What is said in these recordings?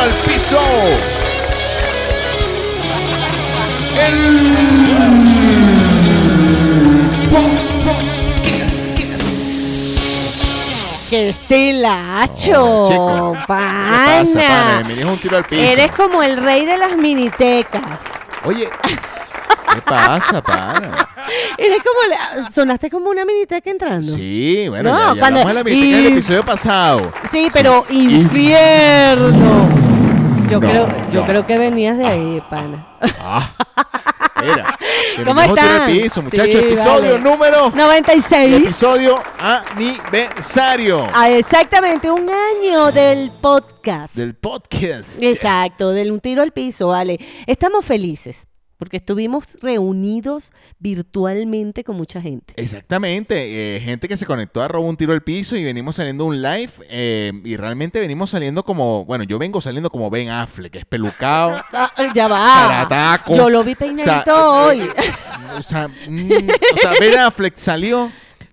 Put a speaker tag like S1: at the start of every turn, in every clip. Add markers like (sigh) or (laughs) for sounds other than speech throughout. S1: al piso. El... Pop, pop, kiss, kiss.
S2: ¡Qué estilacho!
S1: Oh, chico.
S2: pana.
S1: ¿Qué pasa, pana? Bienvenido a un tiro al piso.
S2: Eres como el rey de las minitecas.
S1: Oye, ¿qué pasa, pana?
S2: Eres como la- sonaste como una miniteca entrando.
S1: Sí, bueno,
S2: No,
S1: ya, ya
S2: cuando-
S1: hablamos de la miniteca en
S2: y-
S1: el episodio pasado.
S2: Sí, pero infierno. Yo
S1: No,
S2: creo, yo
S1: no.
S2: creo que venías de ahí, (laughs) pana.
S1: Ah,
S2: (laughs)
S1: mira.
S2: ¿Cómo
S1: bienvenidos a un tiro al
S2: están?
S1: piso, muchachos.
S2: Sí,
S1: episodio
S2: vale.
S1: número...
S2: 96.
S1: Episodio aniversario
S2: A Ah, exactamente un año del podcast.
S1: del podcast.
S2: Exacto, del un tiro al piso, vale. Estamos felices porque estuvimos reunidos virtualmente con mucha gente.
S1: Exactamente, eh, gente que se conectó a Robo un tiro al piso y venimos saliendo un live eh, y realmente venimos saliendo como, bueno, yo vengo saliendo como Ben Affleck, que es pelucado,
S2: (laughs) Ah, ya va.
S1: zarataco.
S2: Yo lo vi
S1: O sea,
S2: peinadito
S1: eh,
S2: hoy.
S1: eh, O sea, mm, o sea, Ben Affleck salió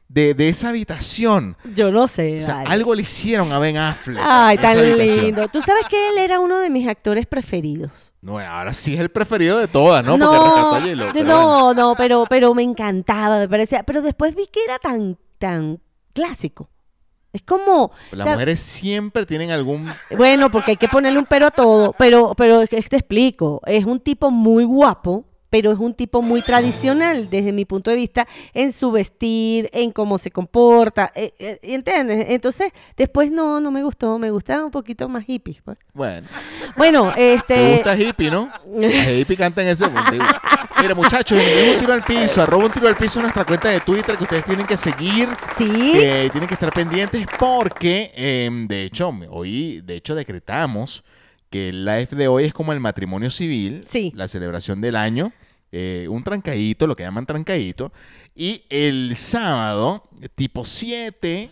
S1: de, de esa habitación.
S2: (laughs) Yo no sé.
S1: O sea,
S2: vale.
S1: algo le hicieron a Ben Affleck.
S2: Ay,
S1: en esa
S2: tan
S1: habitación.
S2: lindo. Tú sabes que él era uno de mis actores preferidos.
S1: No, ahora sí es el preferido de todas, ¿no? Porque rescató a J-Lo,
S2: de-
S1: pero
S2: no,
S1: bueno.
S2: no, pero, pero me encantaba, me parecía. Pero después vi que era tan, tan clásico. Es como,
S1: Las
S2: o sea,
S1: mujeres siempre tienen algún
S2: bueno, porque hay que ponerle un pero a todo, pero, pero es que te explico, es un tipo muy guapo, pero es un tipo muy tradicional desde mi punto de vista en su vestir, en cómo se comporta, eh, eh, ¿entiendes? Entonces, después no, no me gustó, me gustaba un poquito más hippie. pues.
S1: Bueno,
S2: Bueno, este...
S1: te gusta hippie, ¿no? Las hippie cantan ese motivo. Mira, muchachos, bienvenidos a un tiro al piso. Arroba un tiro al piso en nuestra cuenta de Twitter que ustedes tienen que seguir.
S2: Sí.
S1: eh, tienen que estar pendientes porque, eh, de hecho, hoy, de hecho, decretamos que el live de hoy es como el matrimonio civil,
S2: Sí.
S1: la celebración del año, eh, un trancadito, lo que llaman trancadito, y el sábado, tipo 7,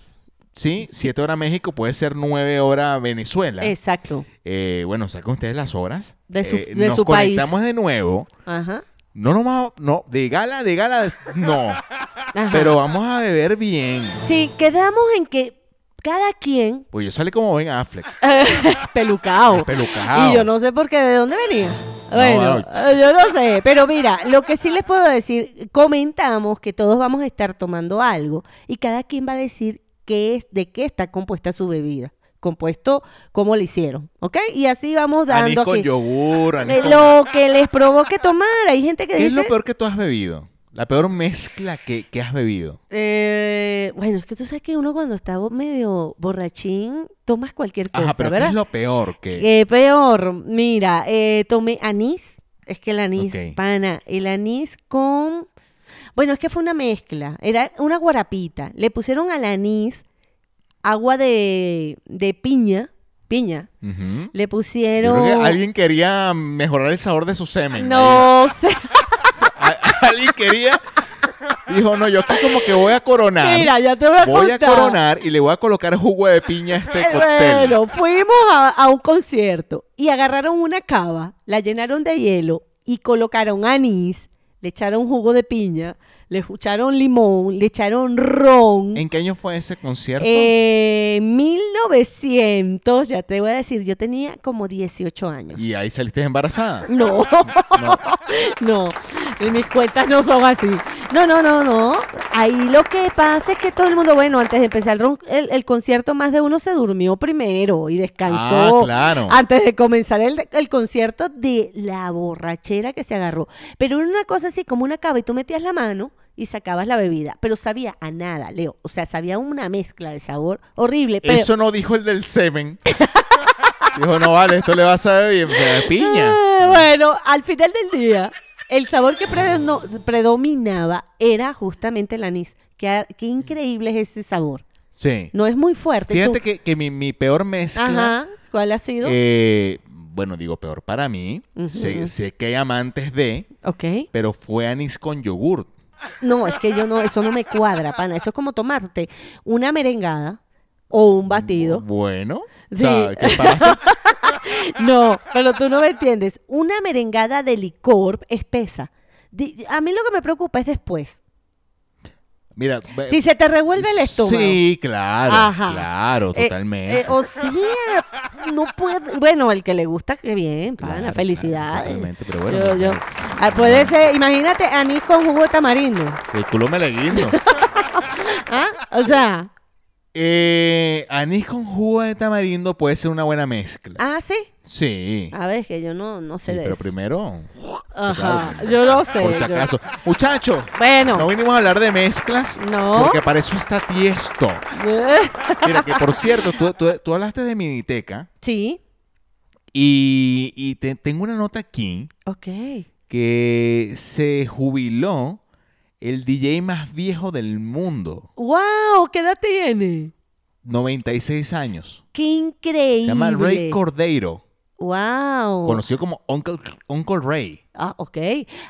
S1: ¿sí? 7 horas México, puede ser 9 horas Venezuela.
S2: Exacto.
S1: Eh, bueno, saquen ustedes las horas.
S2: De su-
S1: Eh,
S2: de
S1: nos
S2: su país.
S1: conectamos de nuevo.
S2: Ajá.
S1: No, no, vamos- no, de gala, de gala, de-
S2: (laughs)
S1: no.
S2: Ajá.
S1: Pero vamos a beber bien.
S2: Sí, quedamos en que cada quien
S1: Pues yo sale como Ben Affleck.
S2: (laughs) pelucao.
S1: El pelucao.
S2: Y yo no sé por qué, de dónde venía. Bueno,
S1: bueno.
S2: eh, yo no sé, pero mira, lo que sí les puedo decir, comentamos que todos vamos a estar tomando algo y cada quien va a decir qué es, de qué está compuesta su bebida, compuesto cómo le hicieron, ¿ok? Y así vamos
S1: Anís
S2: dando
S1: con
S2: aquí.
S1: yogur, anís
S2: Eh,
S1: con-
S2: Lo que les provoque tomar, hay gente que
S1: ¿Qué es
S2: dice,
S1: lo peor que tú has bebido? La peor mezcla que, que has bebido.
S2: Eh, bueno, es que tú sabes que uno cuando está bo- medio borrachín, tomas cualquier cosa,
S1: Ajá, pero ¿qué
S2: ¿verdad?
S1: es lo peor que...?
S2: Eh, peor, mira, eh, tomé anís, es que el anís,
S1: Ok.
S2: pana, el anís con... Bueno, es que fue una mezcla, era una guarapita, le pusieron al anís agua de, de piña, piña,
S1: Ujú.
S2: le
S1: Yo
S2: pusieron...
S1: creo que alguien quería mejorar el sabor de su semen.
S2: No sé,
S1: Ahí. A- (laughs) alguien quería... Dijo, no, yo aquí como que voy a coronar.
S2: mira, ya te voy a
S1: Voy a
S2: contar.
S1: coronar y le voy a colocar jugo de piña a este cóctel.
S2: Eh, Bueno, fuimos a, a un concierto y agarraron una cava, la llenaron de hielo y colocaron anís, le echaron jugo de piña, le echaron limón, le echaron ron.
S1: ¿En qué año fue ese concierto?
S2: Eh, 1900, ya te voy a decir, yo tenía como 18 años.
S1: y ahí saliste embarazada.
S2: No, no, y mis cuentas no son así. No, no, no, no. Ahí lo que pasa es que todo el mundo, bueno, antes de empezar el, ron- el- el concierto, más de uno se durmió primero y descansó.
S1: Ah, claro.
S2: Antes de comenzar el, el concierto de la borrachera que se agarró. Pero era una cosa así como una cava y tú metías la mano y sacabas la bebida. Pero sabía a nada, Leo. O sea, sabía una mezcla de sabor horrible. Pero...
S1: Eso no dijo el del semen. (laughs) dijo, no vale, esto le va a saber bien pero de
S2: (laughs)
S1: piña.
S2: Ah, bueno, al final del día, el sabor que predeno- predominaba era justamente el anís. Qué, a- qué increíble es ese sabor.
S1: Sí.
S2: No es muy fuerte.
S1: Fíjate
S2: tú-
S1: que, que mi, mi peor mezcla,
S2: Ajá, ¿cuál ha sido?
S1: eh, bueno, digo peor para mí,
S2: Ujú.
S1: sé, sé que hay amantes de,
S2: ok.
S1: pero fue anís con yogurt.
S2: No, es que yo no, eso no me cuadra, pana. Eso es como tomarte una merengada o un batido.
S1: Bueno, o
S2: Sí.
S1: sea, ¿qué
S2: (laughs)
S1: pasa?
S2: No, pero tú no me entiendes. Una merengada de licor espesa. Di- A mí lo que me preocupa es después.
S1: Mira, ve-
S2: Si se te revuelve el estómago.
S1: Sí, claro,
S2: Ajá.
S1: claro,
S2: Eh,
S1: totalmente.
S2: eh, o sea, no puede. Bueno, el que le gusta, qué bien, pana,
S1: Claro, claro,
S2: felicidades.
S1: totalmente, pero bueno,
S2: Yo-
S1: no,
S2: yo-
S1: no.
S2: Ah, puede ser, imagínate, anís con jugo de tamarindo.
S1: El culo me
S2: (laughs)
S1: la guindo.
S2: ¿Ah? O sea,
S1: Eh, anís con jugo de tamarindo puede ser una buena mezcla.
S2: ah, sí.
S1: Sí.
S2: A ver, que yo no, no sé
S1: Sí,
S2: de
S1: pero
S2: eso.
S1: primero,
S2: Ajá, yo no sé.
S1: por si
S2: yo-
S1: acaso. Muchachos,
S2: Bueno.
S1: no vinimos a hablar de mezclas.
S2: No.
S1: Porque para eso está tiesto. Mira, que por cierto, tú, tú- tú hablaste de Miniteca
S2: (laughs) sí,
S1: y, y te- tengo una nota aquí
S2: ok.
S1: que se jubiló el DJ más viejo del mundo.
S2: ¡Wow! ¿Qué edad tiene?
S1: 96 años.
S2: ¡Qué increíble!
S1: Se llama Ray Cordeiro,
S2: ¡Wow!
S1: conocido como Uncle, Uncle Ray.
S2: Ah, ok.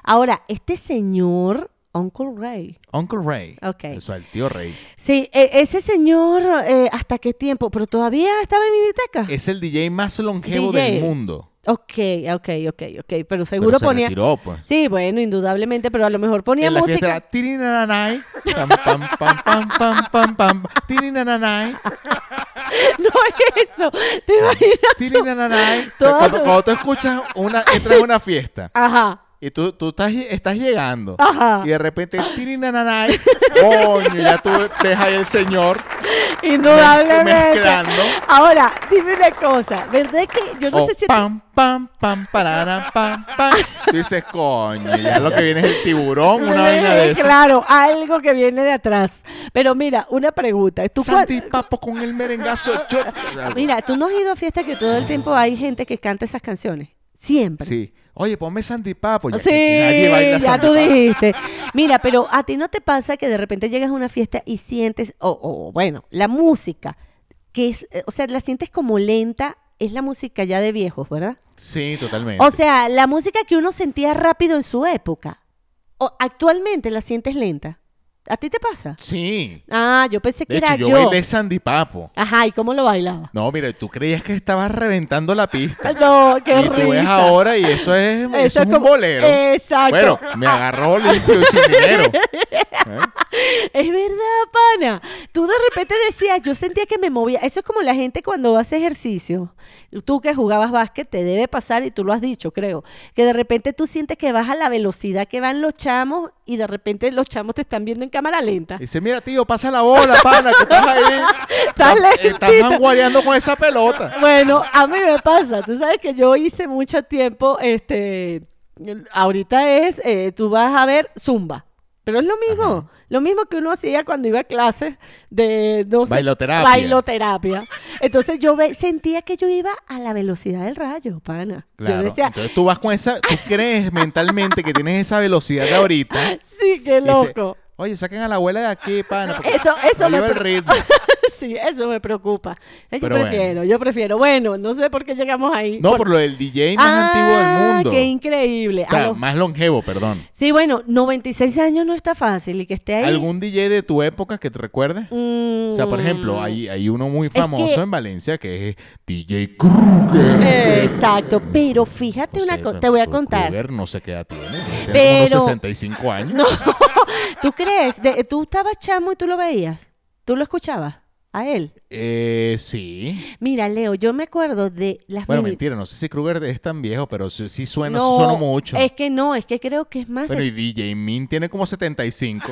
S2: Ahora, este señor, Uncle Ray.
S1: Uncle Ray.
S2: Ok.
S1: O sea, el tío Ray.
S2: Sí, e- ese señor, eh, ¿hasta qué tiempo? Pero todavía estaba en biblioteca.
S1: Es el DJ más longevo
S2: DJ.
S1: del mundo.
S2: Ok, ok, ok, ok. Pero seguro
S1: Pero se
S2: ponía.
S1: retiró, pues.
S2: Sí, bueno, indudablemente, pero a lo mejor ponía
S1: En la
S2: música.
S1: fiesta era tirinananay, pam, pam, pam, pam, pam, pam, pam, tirinananay,
S2: (laughs) No es eso. ¿Te imaginas? (laughs)
S1: tirinananay.
S2: Todas
S1: Cuando,
S2: son-
S1: cuando tú escuchas una, entras a una fiesta
S2: Ajá.
S1: y tú, tú estás, estás llegando
S2: Ajá.
S1: y de repente tirinananay, coño, ya tú dejas ahí el señor
S2: Indudablemente.
S1: mezclando.
S2: Ahora, dime una cosa. ¿Verdad que yo no
S1: o
S2: sé si. a ti-
S1: pam, pam, pam, parara, pam, pam. Tú dices, coño, ya lo que viene es el tiburón, una vaina de esas.
S2: Claro, algo que viene de atrás. Pero mira, una pregunta. ¿Tú cuál-
S1: Santi Papo con el merengazo. yo-
S2: (laughs) Mira, tú no has ido a fiestas que todo el tiempo hay gente que canta esas canciones. Siempre.
S1: Sí. Oye, ponme Santi Papo. Ya,
S2: Sí,
S1: que- que nadie baila
S2: ya
S1: Santi
S2: tú
S1: Papo.
S2: dijiste. Mira, pero a ti no te pasa que de repente llegas a una fiesta y sientes, o o, bueno, la música, que es, eh, o sea, la sientes como lenta, es la música ya de viejos, ¿verdad?
S1: Sí, totalmente.
S2: O sea, la música que uno sentía rápido en su época, o actualmente la sientes lenta. ¿A ti te pasa?
S1: sí.
S2: Ah, yo pensé que
S1: De hecho,
S2: era
S1: yo,
S2: yo.
S1: bailé Sandy Papo.
S2: Ajá, ¿y cómo lo
S1: (laughs)
S2: bailaba?
S1: No, mira, tú creías que estabas reventando la pista.
S2: No, qué
S1: y tú ves
S2: risa.
S1: ahora y
S2: (laughs)
S1: eso es, eso es un
S2: como-
S1: bolero.
S2: Exacto.
S1: Bueno, me agarró limpio y sin dinero.
S2: (laughs)
S1: ¿Eh?
S2: Es verdad, pana. Tú de repente decías, yo sentía que me movía. Eso es como la gente cuando hace ejercicio. Tú que jugabas básquet, te debe pasar, y tú lo has dicho, creo, que de repente tú sientes que vas a la velocidad que van los chamos y de repente los chamos te están viendo en cámara lenta.
S1: Dice, mira, tío, pasa la bola, pana, que estás ahí.
S2: (laughs) Estás
S1: Estás
S2: lentito.
S1: manguareando con esa pelota.
S2: Bueno, a mí me pasa. Tú sabes que yo hice mucho tiempo, este, ahorita es, eh, tú vas a ver Zumba. Pero es lo mismo, lo mismo que uno hacía cuando iba a clases de, no sé,
S1: Bailoterapia.
S2: bailoterapia. Entonces yo ve- sentía que yo iba a la velocidad del rayo, pana.
S1: Claro.
S2: Yo decía,
S1: Entonces tú vas con esa, tú crees mentalmente que tienes esa velocidad
S2: (laughs)
S1: de ahorita.
S2: sí, qué
S1: Y dice,
S2: loco. (laughs)
S1: Oye, saquen a la abuela de aquí, pana. porque
S2: Eso, eso
S1: no
S2: me
S1: lleva el
S2: pre- (laughs)
S1: ritmo.
S2: sí, eso me preocupa. Eh, Yo
S1: Pero bueno.
S2: prefiero, yo prefiero. Bueno, no sé por qué llegamos ahí.
S1: No, por lo del DJ más
S2: Ah,
S1: antiguo
S2: Qué
S1: del mundo.
S2: increíble.
S1: O
S2: A
S1: sea,
S2: los-
S1: más longevo, perdón.
S2: Sí, bueno, 96 años no está fácil y que esté ahí.
S1: ¿Algún DJ de tu época que te recuerdes? O sea, por
S2: Mm.
S1: ejemplo, hay, hay uno muy
S2: que-
S1: famoso en Valencia que es DJ Kruger.
S2: Exacto, pero fíjate
S1: No
S2: una
S1: sé,
S2: cosa, Eh, te voy a
S1: Kruger
S2: contar.
S1: Kruger no sé qué edad tiene. Tiene
S2: Pero-
S1: unos 65 años.
S2: (laughs) No, ¿tú crees? De- ¿Tú estabas chamo y tú lo veías? ¿Tú lo escuchabas? A él.
S1: Eh, sí.
S2: Mira, Leo, yo me acuerdo de las
S1: Bueno,
S2: mini-
S1: mentira, no sé si Kruger es tan viejo, pero sí, sí suena,
S2: No,
S1: suena mucho.
S2: Es que no, es que creo que es más. de- (laughs)
S1: Bueno, y DJ Min tiene como 75.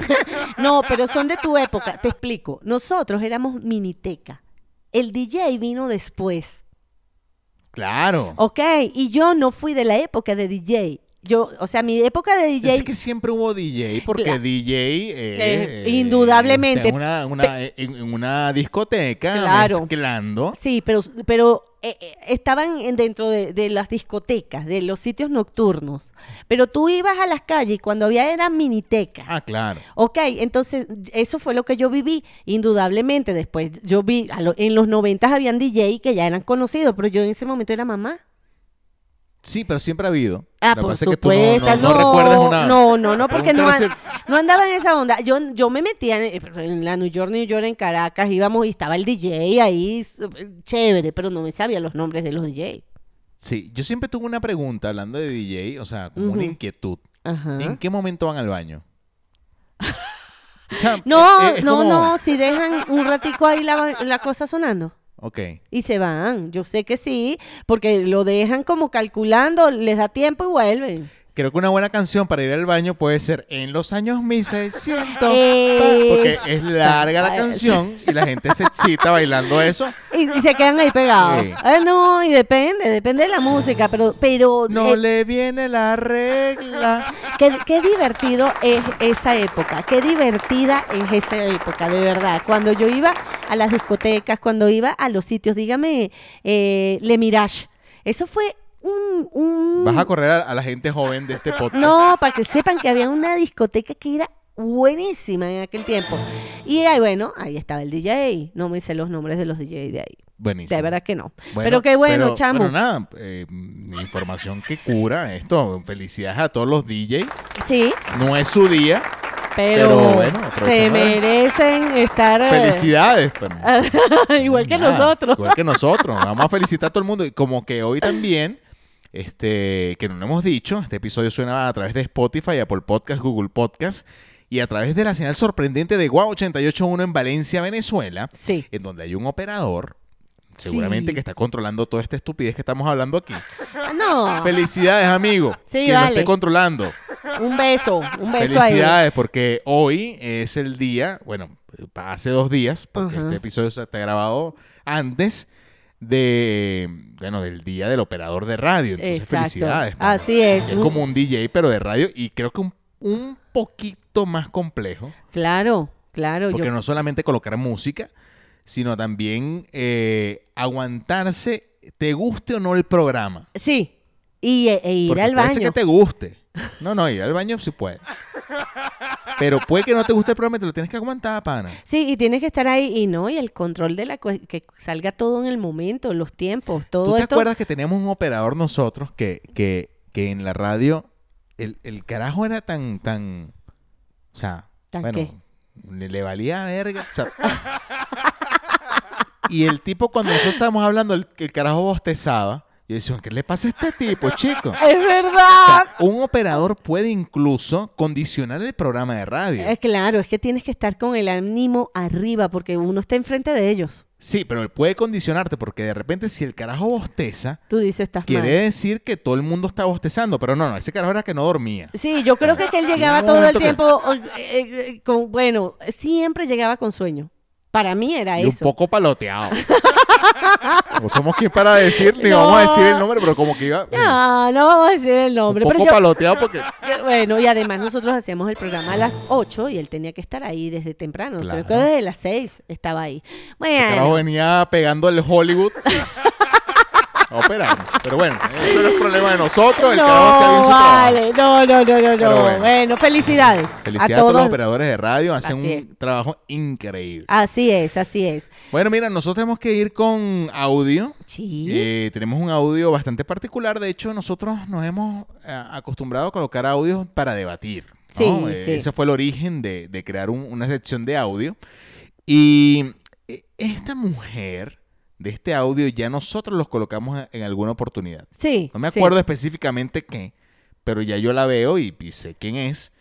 S2: No, pero son de tu época. Te explico. Nosotros éramos miniteca. El DJ vino después.
S1: Claro.
S2: Ok, y yo no fui de la época de DJ. Yo, o sea, mi época de DJ.
S1: Es que siempre hubo DJ, porque
S2: Claro.
S1: DJ eh,
S2: Eh,
S1: eh,
S2: indudablemente.
S1: está en una, una- en, en una discoteca
S2: Claro.
S1: mezclando.
S2: Sí, pero, pero eh, eh, estaban en- dentro de, de las discotecas, de los sitios nocturnos. Pero tú ibas a las calles y cuando había era miniteca.
S1: Ah, claro.
S2: Ok, entonces eso fue lo que yo viví, indudablemente. Después yo vi, a lo- en los 90 habían DJ que ya eran conocidos, pero yo en ese momento era mamá.
S1: Sí, pero siempre ha habido.
S2: Ah,
S1: Lo que
S2: por
S1: pasa es que tú no-
S2: supuesto.
S1: no, no recuerdas una...
S2: no, no, no, porque
S1: un
S2: no, an-
S1: tercer-
S2: no andaba en esa onda. Yo, yo me metía en, en la New York, New York, en Caracas, íbamos y estaba el DJ ahí, su- chévere, pero no me sabía los nombres de los DJ.
S1: Sí, yo siempre tuve una pregunta hablando de DJ, o sea, como una
S2: Ujú. Ah.
S1: inquietud.
S2: Ajá.
S1: ¿En qué momento van al baño? O
S2: (laughs)
S1: sea, eh,
S2: No,
S1: es- es
S2: no,
S1: como-
S2: no, si dejan un ratico ahí la, la cosa sonando.
S1: Ok.
S2: Y se van, yo sé que sí, porque lo dejan como calculando, les da tiempo y vuelven.
S1: Creo que una buena canción para ir al baño puede ser En los
S2: (laughs)
S1: años 1600. pa-
S2: Eh,
S1: Porque es larga
S2: (laughs)
S1: la
S2: exacto.
S1: canción y la gente se excita bailando eso.
S2: Y, y se quedan ahí pegados.
S1: Sí.
S2: Ah, no, y depende, depende de la música, pero, pero
S1: No
S2: eh,
S1: le viene la regla.
S2: Qué, qué divertido es esa época, qué divertida es esa época, de verdad. Cuando yo iba a las discotecas, cuando iba a los sitios, dígame, eh, Le Mirage, eso fue un... un-
S1: Vas a correr a, a la gente joven de este podcast.
S2: No, para que sepan que había una discoteca que era buenísima en aquel tiempo. Y ahí, bueno, ahí estaba el DJ, no me sé los nombres de los DJ de ahí.
S1: Buenísimo.
S2: De verdad que no.
S1: Bueno,
S2: pero qué bueno,
S1: pero-
S2: chamo.
S1: Pero nada, eh, información que cura esto. Felicidades a todos los DJs.
S2: sí,
S1: No es su día.
S2: pero,
S1: Pero bueno,
S2: se
S1: aprovechando-
S2: merecen estar... eh, Ah,
S1: Felicidades. pero-
S2: (laughs) Igual que
S1: Nada,
S2: nosotros.
S1: Igual
S2: (laughs)
S1: que nosotros. Vamos a felicitar a todo el mundo. Y como que hoy también, este, que no lo hemos dicho, este episodio suena a través de Spotify, Apple Podcast, Google Podcast y a través de la señal sorprendente de Guau 881 en Valencia, Venezuela,
S2: Sí.
S1: en donde hay un operador. Seguramente
S2: Sí.
S1: que está controlando toda esta estupidez que estamos hablando aquí.
S2: Ah, No.
S1: Felicidades, amigo.
S2: (laughs) Sí,
S1: quien lo
S2: vale.
S1: esté controlando.
S2: Un beso. Un beso a él.
S1: Felicidades, porque hoy es el día, bueno, hace dos días, porque
S2: Ajá.
S1: este episodio se está grabado antes de, bueno, del día del operador de radio. Entonces,
S2: Exacto.
S1: felicidades. mano.
S2: Así es.
S1: Es como un DJ, pero de radio, y creo que un, un poquito más complejo,
S2: Claro, claro.
S1: porque
S2: Yo...
S1: no solamente colocar música, sino también eh, aguantarse, te guste o no el programa.
S2: Sí. Y e- e ir
S1: Porque
S2: al
S1: puede ser
S2: baño.
S1: que te guste. No, no, ir al baño sí puede. Pero puede que no te guste el programa y te lo tienes que aguantar, pana.
S2: Sí, y tienes que estar ahí. Y no, y el control de la cue- que salga todo en el momento, los tiempos, todo
S1: ¿Tú te
S2: esto.
S1: acuerdas que teníamos un operador nosotros que, que, que en la radio el, el carajo era tan, tan. O sea,
S2: ¿Tan
S1: bueno,
S2: qué?
S1: le, le valía verga. o sea. y el tipo, cuando nosotros estábamos hablando, el, el carajo bostezaba. Y decían, ¿qué le pasa a este tipo, chico?
S2: Es
S1: O
S2: verdad.
S1: sea, un operador puede incluso condicionar el programa de radio.
S2: Eh, claro, es que tienes que estar con el ánimo arriba porque uno está enfrente de ellos.
S1: Sí, pero puede condicionarte porque de repente si el carajo bosteza,
S2: Tú dices, estás mal.
S1: quiere decir que todo el mundo está bostezando, pero no, no, ese carajo era que no dormía.
S2: Sí, yo creo que, que él llegaba
S1: Ah, No,
S2: todo el
S1: momento que-
S2: tiempo, eh, eh, con, bueno, siempre llegaba con sueño. Para mí era
S1: Y un
S2: eso.
S1: poco paloteado. no somos quien para decir,
S2: (laughs)
S1: ni
S2: No.
S1: vamos a decir el nombre, pero como que iba...
S2: No, no vamos a decir el nombre.
S1: un
S2: Pero
S1: poco
S2: yo,
S1: paloteado porque...
S2: yo- bueno, y además nosotros hacíamos el programa a las 8 y él tenía que estar ahí desde temprano. Creo
S1: Claro.
S2: que desde las 6 estaba ahí.
S1: El carajo
S2: Bueno,
S1: venía pegando el Hollywood. A operar. Pero bueno, eso no es problema de nosotros, el carajo hacía bien
S2: no,
S1: su trabajo.
S2: vale. no, no, no, no,
S1: Pero
S2: no.
S1: bueno.
S2: Bueno. felicidades.
S1: Felicidades a
S2: a
S1: todos los
S2: todos.
S1: operadores de radio, hacen
S2: Así Ah.
S1: un trabajo increíble.
S2: así es, así es.
S1: Bueno, mira, nosotros tenemos que ir con audio.
S2: Sí.
S1: Eh, tenemos un audio bastante particular. De hecho, nosotros nos hemos eh, acostumbrado a colocar audios para debatir. ¿no?
S2: Sí,
S1: Eh,
S2: sí.
S1: Ese fue el origen de, de crear un- una sección de audio. Y eh, esta mujer de este audio ya nosotros los colocamos en alguna oportunidad.
S2: sí.
S1: No me
S2: sí.
S1: acuerdo específicamente qué, pero ya yo la veo y, y sé quién es.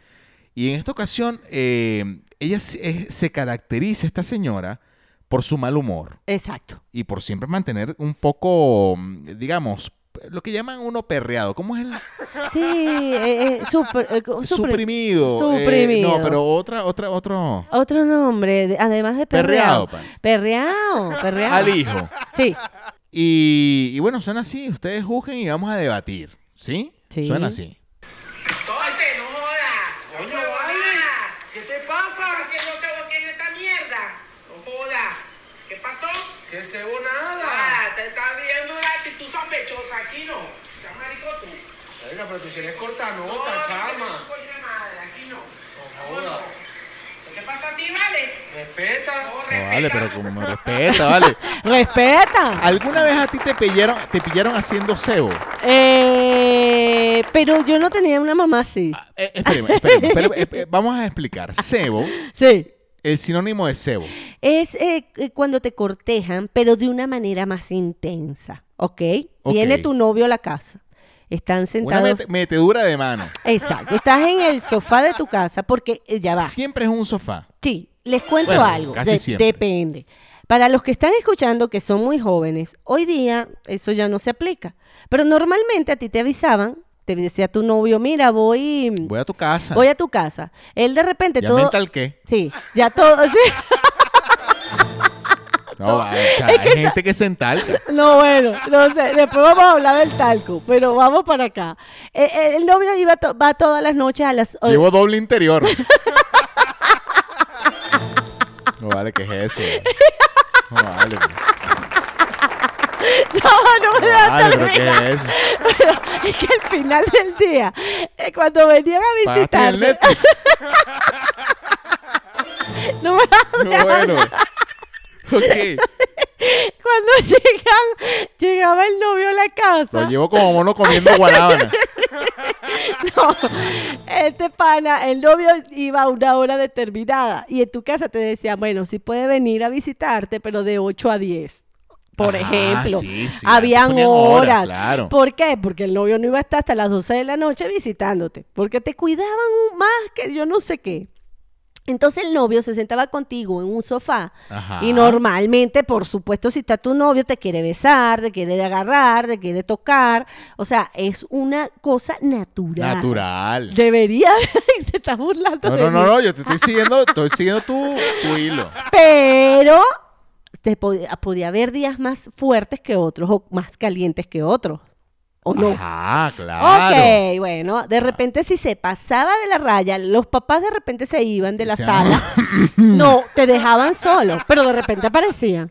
S1: Y en esta ocasión, eh, ella se, eh, se caracteriza, esta señora, por su mal humor
S2: Exacto.
S1: y por siempre mantener un poco, mm, digamos, lo que llaman uno perreado. ¿Cómo es el
S2: Sí, eh, eh, super, eh, co- super-
S1: suprimido? eh,
S2: suprimido.
S1: no, pero otra, otra, otro
S2: Otro nombre, de- además de perreado.
S1: perreado, pan.
S2: Perreado, perreado.
S1: al hijo.
S2: Sí,
S1: Y, y bueno, suena así. Ustedes juzguen y vamos a debatir, ¿sí?
S2: Sí.
S1: Suena así.
S3: ¡Oye, no jodas!
S4: Coño,
S3: ¡Huevona!
S4: vale.
S3: ¿Qué te pasa?
S4: que no te boqué en esta mierda.
S3: No jodas.
S4: ¿Qué pasó?
S3: Que se hubo nada.
S4: Ah, te estás viendo una actitud sospechosa aquí, ¿no? Ya marico tú.
S3: Venga, pero tú si eres corta
S4: No,
S3: nota,
S4: no,
S3: chama.
S4: no, coño de madre, aquí no.
S3: No joda.
S4: ¿Qué te pasa a ti, vale?
S3: Respeta.
S4: No,
S1: No,
S4: respeta.
S1: vale, pero como me respeta, vale.
S2: respeta.
S1: ¿Alguna vez a ti te pillaron, te pillaron haciendo cebo?
S2: Eh, pero yo no tenía una mamá así.
S1: Ah, eh, esperemos, esperemos, esperemos, eh, vamos a explicar. Cebo,
S2: Sí.
S1: el sinónimo de cebo.
S2: Es eh, eh, cuando te cortejan, pero de una manera más intensa, ¿ok?
S1: Ok.
S2: Viene tu novio a la casa Están
S1: Una
S2: sentados.
S1: mete- metedura de mano.
S2: Exacto. Estás en el sofá de tu casa porque eh, ya va.
S1: Siempre es un sofá.
S2: Sí, les cuento
S1: Bueno,
S2: algo.
S1: casi
S2: de-
S1: siempre.
S2: Depende. Para los que están escuchando que son muy jóvenes, hoy día eso ya no se aplica. Pero normalmente a ti te avisaban, te decía tu novio, mira, voy, voy,
S1: Voy a tu casa.
S2: a... tu casa. Él de repente
S1: ya
S2: todo.
S1: mental qué.
S2: Sí, ya todo. (laughs) sí.
S1: No, o sea, hay gente que se entalca.
S2: No, bueno, no sé, después vamos a hablar del talco, pero vamos para acá. Eh, eh, el novio iba to- va todas las noches a las... o-
S1: Llevo doble interior. No vale, ¿qué es
S2: (laughs)
S1: eso? No vale.
S2: (laughs) No, no me
S1: No
S2: dejas
S1: vale, pero ¿qué
S2: terminar.
S1: es eso?
S2: Pero es que al final del día, eh, cuando venían a
S1: Pagaste el
S2: visitar,
S1: Netflix.
S2: (laughs) no me dejas
S1: No, bueno. Ok.
S2: Cuando (laughs) llegan, llegaba el novio a la
S1: Lo
S2: casa.
S1: llevo como mono comiendo
S2: (laughs)
S1: guanábana.
S2: No, este pana, el novio iba a una hora determinada. Y en tu casa te decía, bueno, sí puede venir a visitarte, pero de 8 a 10. Por
S1: Ah,
S2: ejemplo,
S1: sí, sí, antes
S2: habían
S1: ponían
S2: horas.
S1: horas, claro.
S2: ¿Por qué? Porque el novio no iba a estar hasta las 12 de la noche visitándote. Porque te cuidaban un- más que yo no sé qué. Entonces el novio se sentaba contigo en un sofá
S1: Ajá.
S2: y normalmente, por supuesto, si está tu novio, te quiere besar, te quiere agarrar, te quiere tocar. O sea, es una cosa natural.
S1: Natural.
S2: Debería, (laughs) te estás burlando.
S1: No,
S2: de
S1: no, no,
S2: mí.
S1: no, yo te estoy siguiendo, estoy siguiendo tu, tu hilo.
S2: Pero te pod- podía haber días más fuertes que otros o más calientes que otros. ¿O no?
S1: Ajá, claro.
S2: Ok, bueno, de repente si se pasaba de la raya, los papás de repente se iban de la
S1: Se-
S2: sala. No, te dejaban solo, pero de repente aparecían.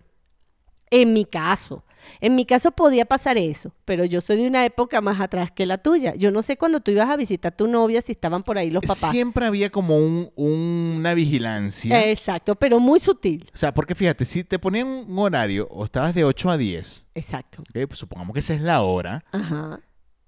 S2: En mi caso, en mi caso podía pasar eso, pero yo soy de una época más atrás que la tuya. Yo no sé cuando tú ibas a visitar a tu novia si estaban por ahí los papás.
S1: Siempre había como un- una vigilancia.
S2: Exacto, pero muy sutil.
S1: O sea, porque fíjate, si te ponían un horario o estabas de 8 a 10,
S2: Exacto.
S1: ok, pues supongamos que esa es la hora,
S2: Ajá.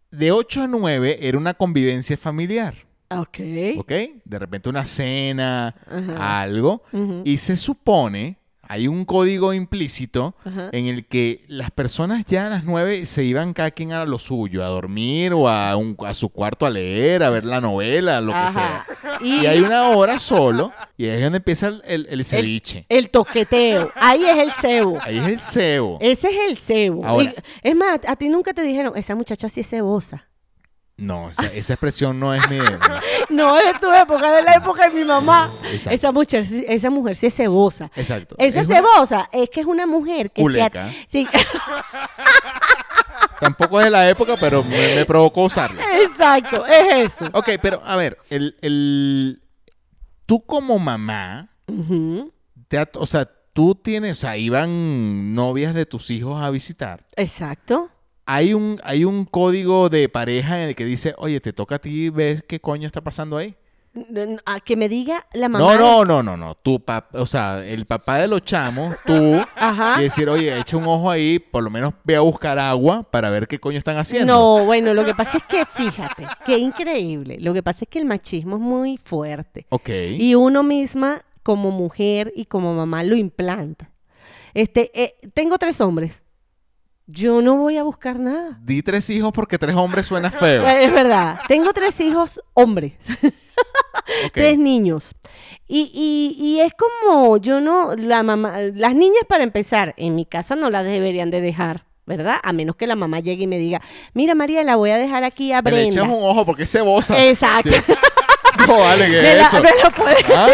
S1: de 8 a 9 era una convivencia familiar,
S2: Ok.
S1: ¿ok? De repente una cena,
S2: Ajá.
S1: algo,
S2: Ujú.
S1: y se supone, hay un código implícito
S2: Ajá.
S1: en el que las personas ya a las 9 se iban cada quien a lo suyo, a dormir o a, un- a su cuarto a leer, a ver la novela, lo que sea.
S2: Ajá. Y,
S1: Y hay una hora solo, y ahí es donde empieza el, el, el ceviche.
S2: el toqueteo. Ahí es el cebo.
S1: Ahí es el cebo.
S2: Ese es el cebo. Y-
S1: Ahora-
S2: es más, a ti nunca te dijeron, esa muchacha sí es cebosa. (laughs)
S1: No, esa, esa expresión no es mi.
S2: No, es de tu época, de la época de mi mamá.
S1: Exacto.
S2: Esa mujer, sí- esa mujer sí es cebosa.
S1: Exacto.
S2: Esa
S1: Es una-
S2: cebosa es que es una mujer que se
S1: Culeca.
S2: at- sí, (laughs)
S1: Tampoco es de la época, pero me, me provocó usarlo.
S2: exacto, es eso.
S1: Ok, pero a ver, el, el- tú como mamá,
S2: Ujú,
S1: te ha- o sea, tú tienes, o sea, iban novias de tus hijos a visitar.
S2: Exacto.
S1: Hay un, hay un código de pareja en el que dice, oye, te toca a ti, ves qué coño está pasando ahí.
S2: N- n- A que me diga la mamá.
S1: No, no, no, no, no. Tu papá, o sea, el papá de los chamos, tú,
S2: Ajá.
S1: y decir, oye, echa un ojo ahí, por lo menos ve a buscar agua para ver qué coño están haciendo.
S2: No, bueno, lo que pasa es que, fíjate, qué increíble. Lo que pasa es que el machismo es muy fuerte.
S1: Ok.
S2: Y uno misma, como mujer y como mamá, lo implanta. Este, eh, tengo tres hombres. Yo no voy a buscar nada.
S1: Di tres hijos porque tres hombres suena feo.
S2: Es verdad. Tengo tres hijos hombres. (laughs)
S1: Ok.
S2: tres niños. Y, y- y es como, yo no, la mamá, las niñas para empezar, en mi casa no las deberían de dejar, ¿verdad? A menos que la mamá llegue y me diga, mira María, la voy a dejar aquí a
S1: Que Le echas
S2: Brenda.
S1: un ojo porque es cebosa.
S2: Exacto. (laughs)
S1: Sí. No vale, que
S2: Me la-
S1: eso.
S2: me la puede-
S1: Ah,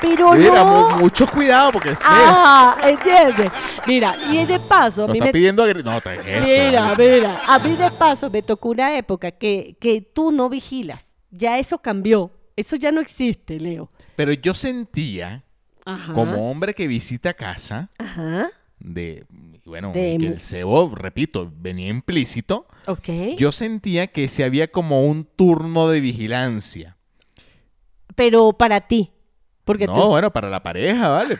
S2: Pero
S1: Mira,
S2: no.
S1: mu- mucho cuidado porque mira,
S2: Ah, ¿entiendes? Mira, y de paso, a
S1: lo
S2: mí
S1: está
S2: me-
S1: pidiendo agri- No, te- eso.
S2: Mira,
S1: vale.
S2: mira, a mí de paso me tocó una época que, que tú no vigilas. Ya eso cambió. Eso ya no existe, Leo.
S1: Pero yo sentía,
S2: Ajá.
S1: como hombre que visita casa,
S2: Ajá.
S1: de bueno,
S2: De
S1: que
S2: mu-
S1: el cebo, repito, venía implícito.
S2: Ok.
S1: Yo sentía que se había como un turno de vigilancia.
S2: Pero para ti. Porque
S1: no,
S2: tú.
S1: bueno, para la pareja, ¿vale?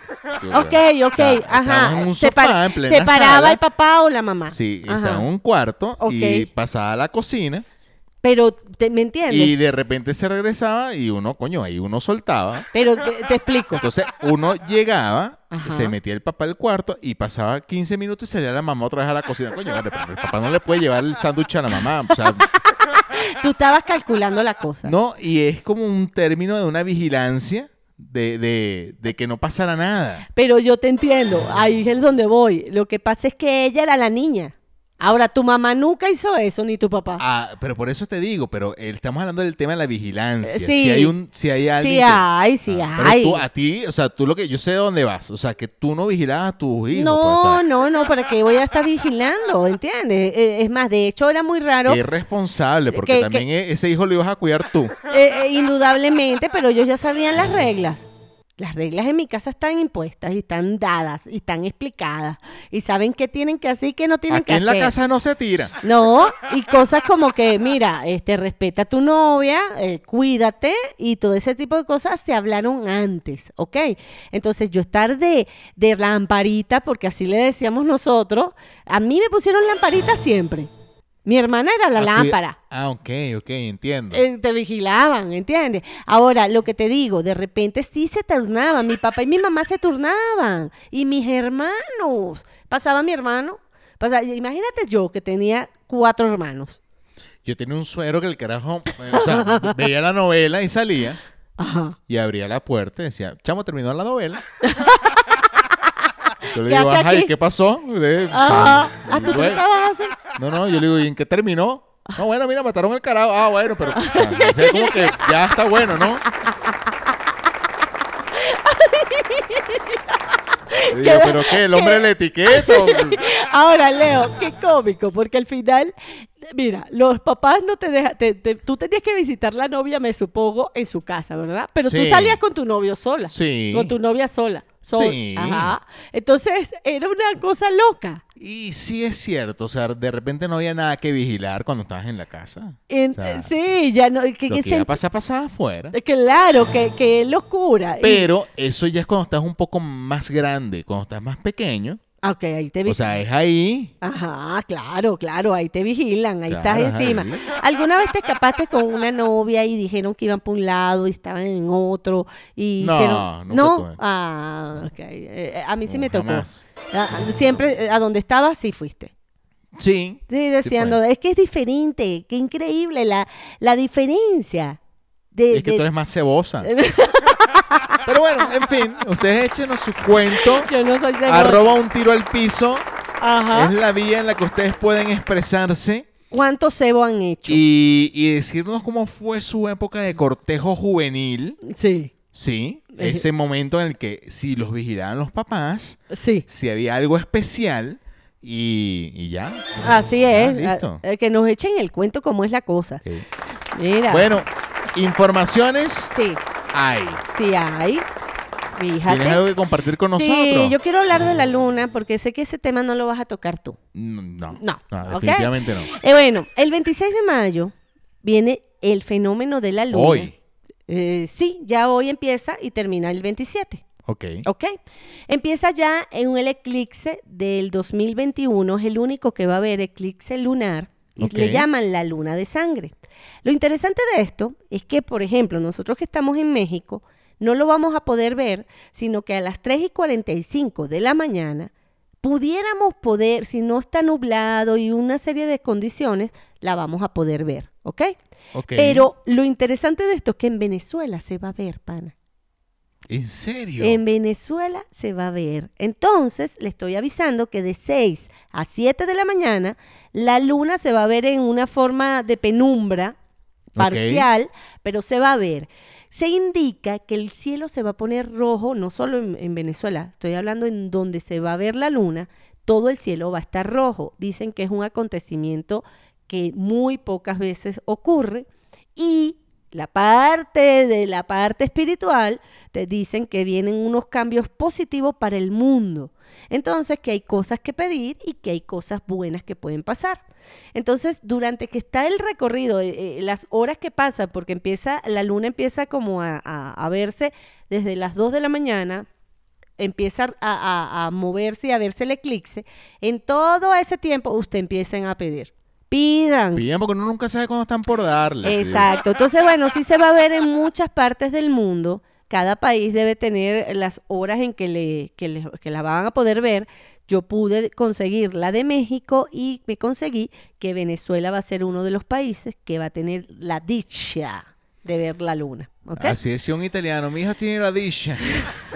S2: Ok, (laughs) ok,
S1: Está-
S2: ajá.
S1: estábamos en un
S2: Separa-
S1: sofá, en plena
S2: separaba
S1: sala.
S2: el papá o la mamá.
S1: Sí,
S2: Ajá.
S1: estaba en un cuarto
S2: Ok.
S1: y pasaba a la cocina
S2: Pero, te- ¿me entiendes?
S1: Y de repente se regresaba y uno, coño, ahí uno soltaba.
S2: Pero te, te explico.
S1: Entonces uno llegaba,
S2: Ajá.
S1: se metía el papá al cuarto y pasaba 15 minutos y salía la mamá otra vez a la cocina. Coño, vale, pero el papá no le puede llevar el sándwich a la mamá.
S2: (laughs)
S1: O sea,
S2: Tú estabas calculando la cosa.
S1: no, y es como un término de una vigilancia de, de- de que no pasara nada.
S2: Pero yo te entiendo, ahí es donde voy. Lo que pasa es que ella era la niña. Ahora, tu mamá nunca hizo eso, ni tu papá.
S1: Ah, pero por eso te digo, pero eh, estamos hablando del tema de la vigilancia.
S2: Eh,
S1: Si
S2: sí.
S1: hay un, si hay alguien.
S2: sí
S1: que-
S2: hay, sí
S1: Ah,
S2: hay.
S1: Pero tú, a ti, o sea, tú lo que, yo sé de dónde vas, o sea, que tú no vigilabas a tus hijos.
S2: no,
S1: pues, o sea,
S2: no, no, ¿para qué voy a estar vigilando? ¿Entiendes? Eh, Es más, de hecho era muy raro.
S1: Qué irresponsable, porque
S2: Que-
S1: también e- ese hijo lo ibas a cuidar tú.
S2: Eh, eh, indudablemente, pero ellos ya sabían las reglas. Las reglas en mi casa están impuestas y están dadas y están explicadas y saben qué tienen que hacer y qué no tienen
S1: Aquí
S2: que
S1: en la
S2: hacer.
S1: casa no se tira.
S2: No, y cosas como que, mira, este, respeta a tu novia, eh, cuídate y todo ese tipo de cosas se hablaron antes, ¿ok? Entonces yo estar de, de lamparita, porque así le decíamos nosotros, a mí me pusieron lamparita siempre. Mi hermana era la
S1: Ah, cuida-
S2: lámpara.
S1: Ah, ok, ok, entiendo.
S2: Eh, te vigilaban, ¿entiendes? Ahora, lo que te digo, de repente sí se turnaban. Mi papá y mi mamá se turnaban. Y mis hermanos. Pasaba mi hermano. pasaba- imagínate yo que tenía cuatro hermanos.
S1: Yo tenía un suero que el carajo, eh, o sea,
S2: (laughs)
S1: veía la novela y salía
S2: Ajá.
S1: y abría la puerta y decía, chamo, terminó
S2: (laughs)
S1: la novela. Yo le
S2: ¿Qué
S1: digo,
S2: hace
S1: ajá, ¿y
S2: aquí?
S1: qué pasó? Le- "Pues,
S2: Ajá. Ah, tú
S1: Bueno,
S2: tratabas así. (laughs)
S1: No, no, yo le digo, ¿y en qué terminó? No, bueno, mira, mataron al carajo. Ah, bueno, pero o sea, o sea, como que ya está bueno, ¿no? Le digo, pero qué, el hombre le etiqueto.
S2: Ahora, Leo, qué cómico, porque al final, mira, los papás no te dejan, te- te- tú tenías que visitar la novia, me supongo, en su casa, ¿verdad? Pero tú
S1: Sí.
S2: salías con tu novio sola.
S1: Sí.
S2: Con tu novia sola. sol-
S1: Sí.
S2: Ajá. Entonces, era una cosa loca.
S1: Y sí es cierto, o sea, de repente no había nada que vigilar cuando estabas en la casa.
S2: En-
S1: O sea,
S2: sí, ya no. que- que
S1: Lo que
S2: se-
S1: iba a pasar, pasaba afuera.
S2: Claro, que, que locura. Y-
S1: Pero eso ya es cuando estás un poco más grande, cuando estás más pequeño.
S2: Ah, ok, ahí te vi.
S1: O sea, es ahí.
S2: Ajá, claro, claro, ahí te vigilan, ahí
S1: Claro,
S2: estás encima.
S1: ahí.
S2: ¿Alguna vez te escapaste con una novia y dijeron que iban por un lado y estaban en otro? Y
S1: No,
S2: hicieron...
S1: nunca tuve.
S2: ¿No? Ah, ok. Eh, a mí sí
S1: No,
S2: me tocó.
S1: jamás.
S2: Ah, siempre, eh, a donde estabas, sí fuiste.
S1: Sí.
S2: Sí, decían,
S1: fue.
S2: "No, es que es diferente, qué increíble la, la diferencia. De,
S1: es que
S2: Eh, de-
S1: tú eres más
S2: (laughs)
S1: cebosa. Pero bueno, en fin, ustedes échenos su cuento.
S2: Yo no soy de
S1: Arroba un tiro al piso.
S2: Ajá.
S1: Es la vía en la que ustedes pueden expresarse
S2: ¿Cuántos cebo han hecho?
S1: y, y decirnos cómo fue su época de cortejo juvenil.
S2: Sí,
S1: Sí,
S2: Eh.
S1: ese momento en el que si los vigilaban los papás,
S2: sí.
S1: si había algo especial y, y ya.
S2: Así es.
S1: Ah, listo.
S2: Ah, eh, que nos echen el cuento cómo es la cosa.
S1: Sí.
S2: Mira.
S1: Bueno, informaciones
S2: Sí,
S1: hay.
S2: sí hay. Fíjate.
S1: ¿Tienes algo que compartir con nosotros?
S2: Sí, yo quiero hablar de la luna porque sé que ese tema no lo vas a tocar tú.
S1: Mm, No, no,
S2: No, ¿ok?
S1: definitivamente no.
S2: Eh, bueno, el 26 de mayo viene el fenómeno de la luna.
S1: Hoy.
S2: Eh, sí, ya hoy empieza y termina el 27.
S1: Ok.
S2: Ok. Empieza ya en un eclipse del 2021, es el único que va a haber eclipse lunar y
S1: Ok.
S2: le llaman la luna de sangre. Lo interesante de esto es que, por ejemplo, nosotros que estamos en México, no lo vamos a poder ver, sino que a las 3 y 45 de la mañana pudiéramos poder, si no está nublado y una serie de condiciones, la vamos a poder ver, ¿ok?
S1: ok.
S2: Pero lo interesante de esto es que en Venezuela se va a ver, pana.
S1: ¿En serio?
S2: En Venezuela se va a ver. Entonces, le estoy avisando que de 6 a 7 de la mañana, la luna se va a ver en una forma de penumbra parcial, pero se va a ver. Se indica que el cielo se va a poner rojo, no solo en, en Venezuela, estoy hablando en donde se va a ver la luna, todo el cielo va a estar rojo. Dicen que es un acontecimiento que muy pocas veces ocurre y la parte de la parte espiritual te dicen que vienen unos cambios positivos para el mundo. Entonces, que hay cosas que pedir y que hay cosas buenas que pueden pasar. Entonces, durante que está el recorrido, eh, eh, las horas que pasa, porque empieza, la luna empieza como a, a- a verse desde las 2 de la mañana, empieza a, a- a moverse y a verse el eclipse, en todo ese tiempo usted empiezan a pedir. Pidan.
S1: Bien, porque uno nunca sabe cuándo están por darle.
S2: Exacto. Entonces, bueno, sí se va a ver en muchas partes del mundo. Cada país debe tener las horas en que, le, que, le- que la van a poder ver. Yo pude conseguir la de México y me conseguí que Venezuela va a ser uno de los países que va a tener la dicha de ver la luna. ¿ok?
S1: Así Ah, es, un italiano. Mi hija tiene la dicha. (laughs)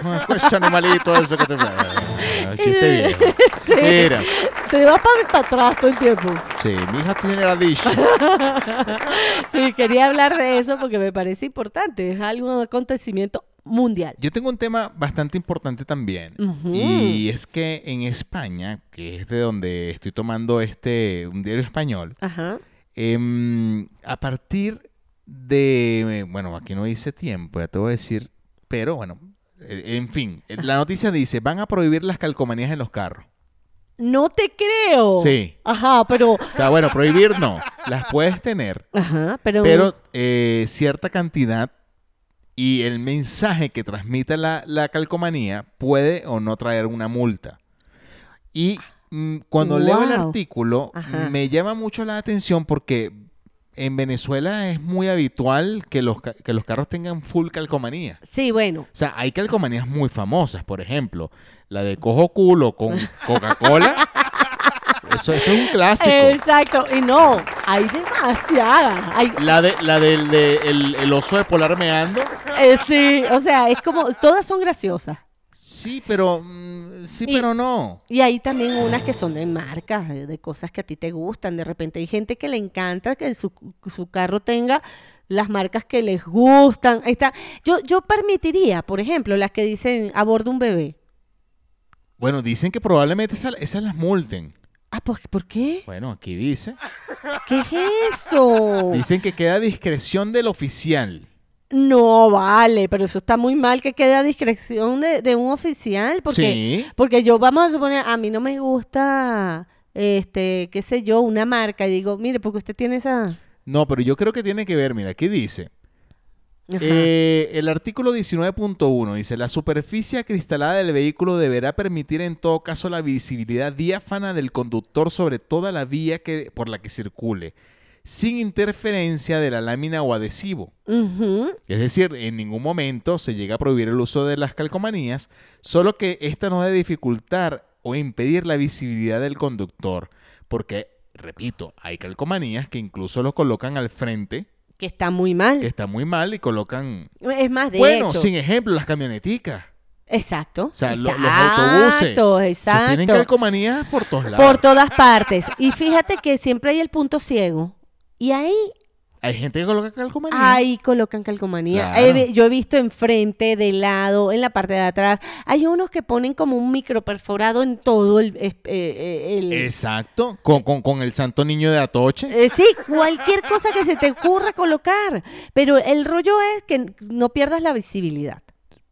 S1: Ah, Cuesta animalito eso que te... Ah, Chiste viejo.
S2: Eh, (laughs) Sí.
S1: Mira.
S2: Te vas para, atrás todo el tiempo.
S1: Sí, mi hija tiene la dicha.
S2: Sí, quería hablar de eso porque me parece importante. Es algo un acontecimiento mundial.
S1: Yo tengo un tema bastante importante también.
S2: Ujú.
S1: Y es que en España, que es de donde estoy tomando este, un diario español,
S2: Ajá.
S1: em, a partir de, bueno, aquí no dice tiempo, ya te voy a decir, pero bueno, e- en fin, la noticia dice, van a prohibir las calcomanías en los carros.
S2: No te creo.
S1: Sí.
S2: Ajá, pero.
S1: Está bueno, prohibir no, las puedes tener,
S2: Ajá, pero.
S1: pero eh, cierta cantidad y el mensaje que transmite la, la calcomanía puede o no traer una multa. Y mm, cuando leo el
S2: Wow.
S1: artículo,
S2: Ajá.
S1: me llama mucho la atención porque en Venezuela es muy habitual que los, ca- que los carros tengan full calcomanía.
S2: Sí, bueno.
S1: O sea, hay calcomanías muy famosas, por ejemplo, la de cojo culo con Coca-Cola. Eso, eso es un clásico.
S2: Exacto. Y no, hay demasiadas. Hay,
S1: La, de, la del de el, el oso de polar meando.
S2: eh, sí, o sea, es como. Todas son graciosas.
S1: Sí, pero mm, sí,
S2: Y-
S1: pero no.
S2: Y hay también unas que son de marcas, de, de cosas que a ti te gustan. De repente hay gente que le encanta que su, su carro tenga las marcas que les gustan. Ahí Está. Yo, yo permitiría, por ejemplo, las que dicen a bordo un bebé.
S1: Bueno, dicen que probablemente esa- esas, las multen.
S2: Ah, ¿por, ¿por qué?
S1: Bueno, aquí dice.
S2: ¿Qué es eso?
S1: Dicen que queda a discreción del oficial.
S2: No, vale, pero eso está muy mal que quede a discreción de, de un oficial, porque,
S1: Sí.
S2: porque yo, vamos a suponer, a mí no me gusta, este, qué sé yo, una marca, y digo, mire, porque usted tiene esa... Ajá.
S1: No, pero yo creo que tiene que ver, mira, aquí dice. Eh, el artículo 19.1 dice, la superficie acristalada del vehículo deberá permitir en todo caso la visibilidad diáfana del conductor sobre toda la vía que, por la que circule, sin interferencia de la lámina o adhesivo.
S2: Ujú.
S1: Es decir, en ningún momento se llega a prohibir el uso de las calcomanías, solo que esta no debe dificultar o impedir la visibilidad del conductor, porque, repito, hay calcomanías que incluso los colocan al frente,
S2: Que está muy mal.
S1: que está muy mal y colocan...
S2: Es más, de
S1: bueno,
S2: hecho.
S1: sin ejemplo, las camioneticas.
S2: Exacto.
S1: O sea, lo- los
S2: Exacto,
S1: autobuses.
S2: Exacto,
S1: Se tienen calcomanías por todos lados.
S2: Por todas partes. Y fíjate que siempre hay el punto ciego. Y ahí
S1: Hay gente que coloca calcomanías.
S2: Ahí colocan calcomanía.
S1: Claro.
S2: He vi- yo he visto enfrente, de lado, en la parte de atrás. Hay unos que ponen como un micro perforado en todo el... es- eh, eh, el-
S1: Exacto, con, con- con el santo niño de Atoche.
S2: Eh, sí, cualquier cosa que se te ocurra colocar. Pero el rollo es que no pierdas la visibilidad.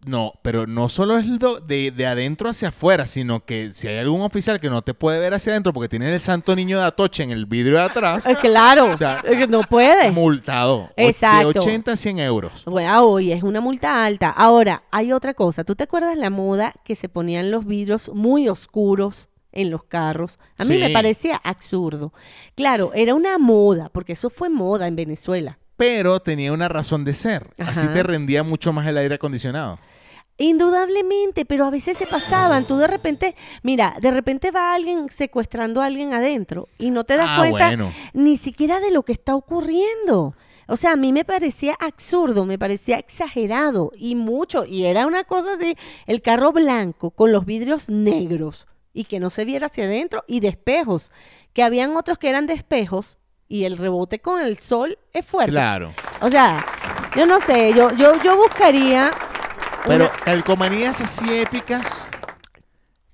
S1: No, pero no solo es do- de, de adentro hacia afuera, sino que si hay algún oficial que no te puede ver hacia adentro porque tiene el santo niño de Atoche en el vidrio
S2: (laughs)
S1: de atrás,
S2: Eh, claro,
S1: O sea,
S2: eh, no puedes.
S1: multado. O-
S2: Exacto.
S1: De 80 a 100 euros.
S2: Bueno, hoy es una multa alta. Ahora, hay otra cosa. ¿Tú te acuerdas la moda que se ponían los vidrios muy oscuros en los carros? A mí
S1: Sí.
S2: me parecía absurdo. Claro, era una moda, porque eso fue moda en Venezuela.
S1: Pero tenía una razón de ser. Así
S2: Ajá.
S1: te rendía mucho más el aire acondicionado.
S2: Indudablemente, pero a veces se pasaban. Tú de repente, mira, de repente va alguien secuestrando a alguien adentro y no te das
S1: Ah,
S2: cuenta
S1: bueno.
S2: ni siquiera de lo que está ocurriendo. O sea, a mí me parecía absurdo, me parecía exagerado y mucho. Y era una cosa así, el carro blanco con los vidrios negros y que no se viera hacia adentro y de espejos, que habían otros que eran de espejos y el rebote con el sol es fuerte.
S1: Claro.
S2: O sea, yo no sé, yo, yo, yo buscaría...
S1: Pero
S2: una-
S1: calcomanías así épicas.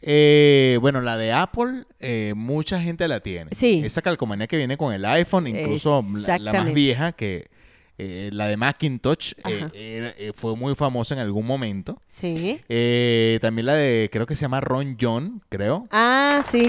S1: eh, bueno, la de Apple, eh, mucha gente la tiene.
S2: Sí.
S1: Esa calcomanía que viene con el iPhone, incluso la, la
S2: Exactamente.
S1: más vieja, que eh, la de Macintosh, eh,
S2: Ajá.
S1: era- eh, fue muy famosa en algún momento.
S2: Sí.
S1: Eh, también la de, creo que se llama Ron John, creo.
S2: Ah, sí.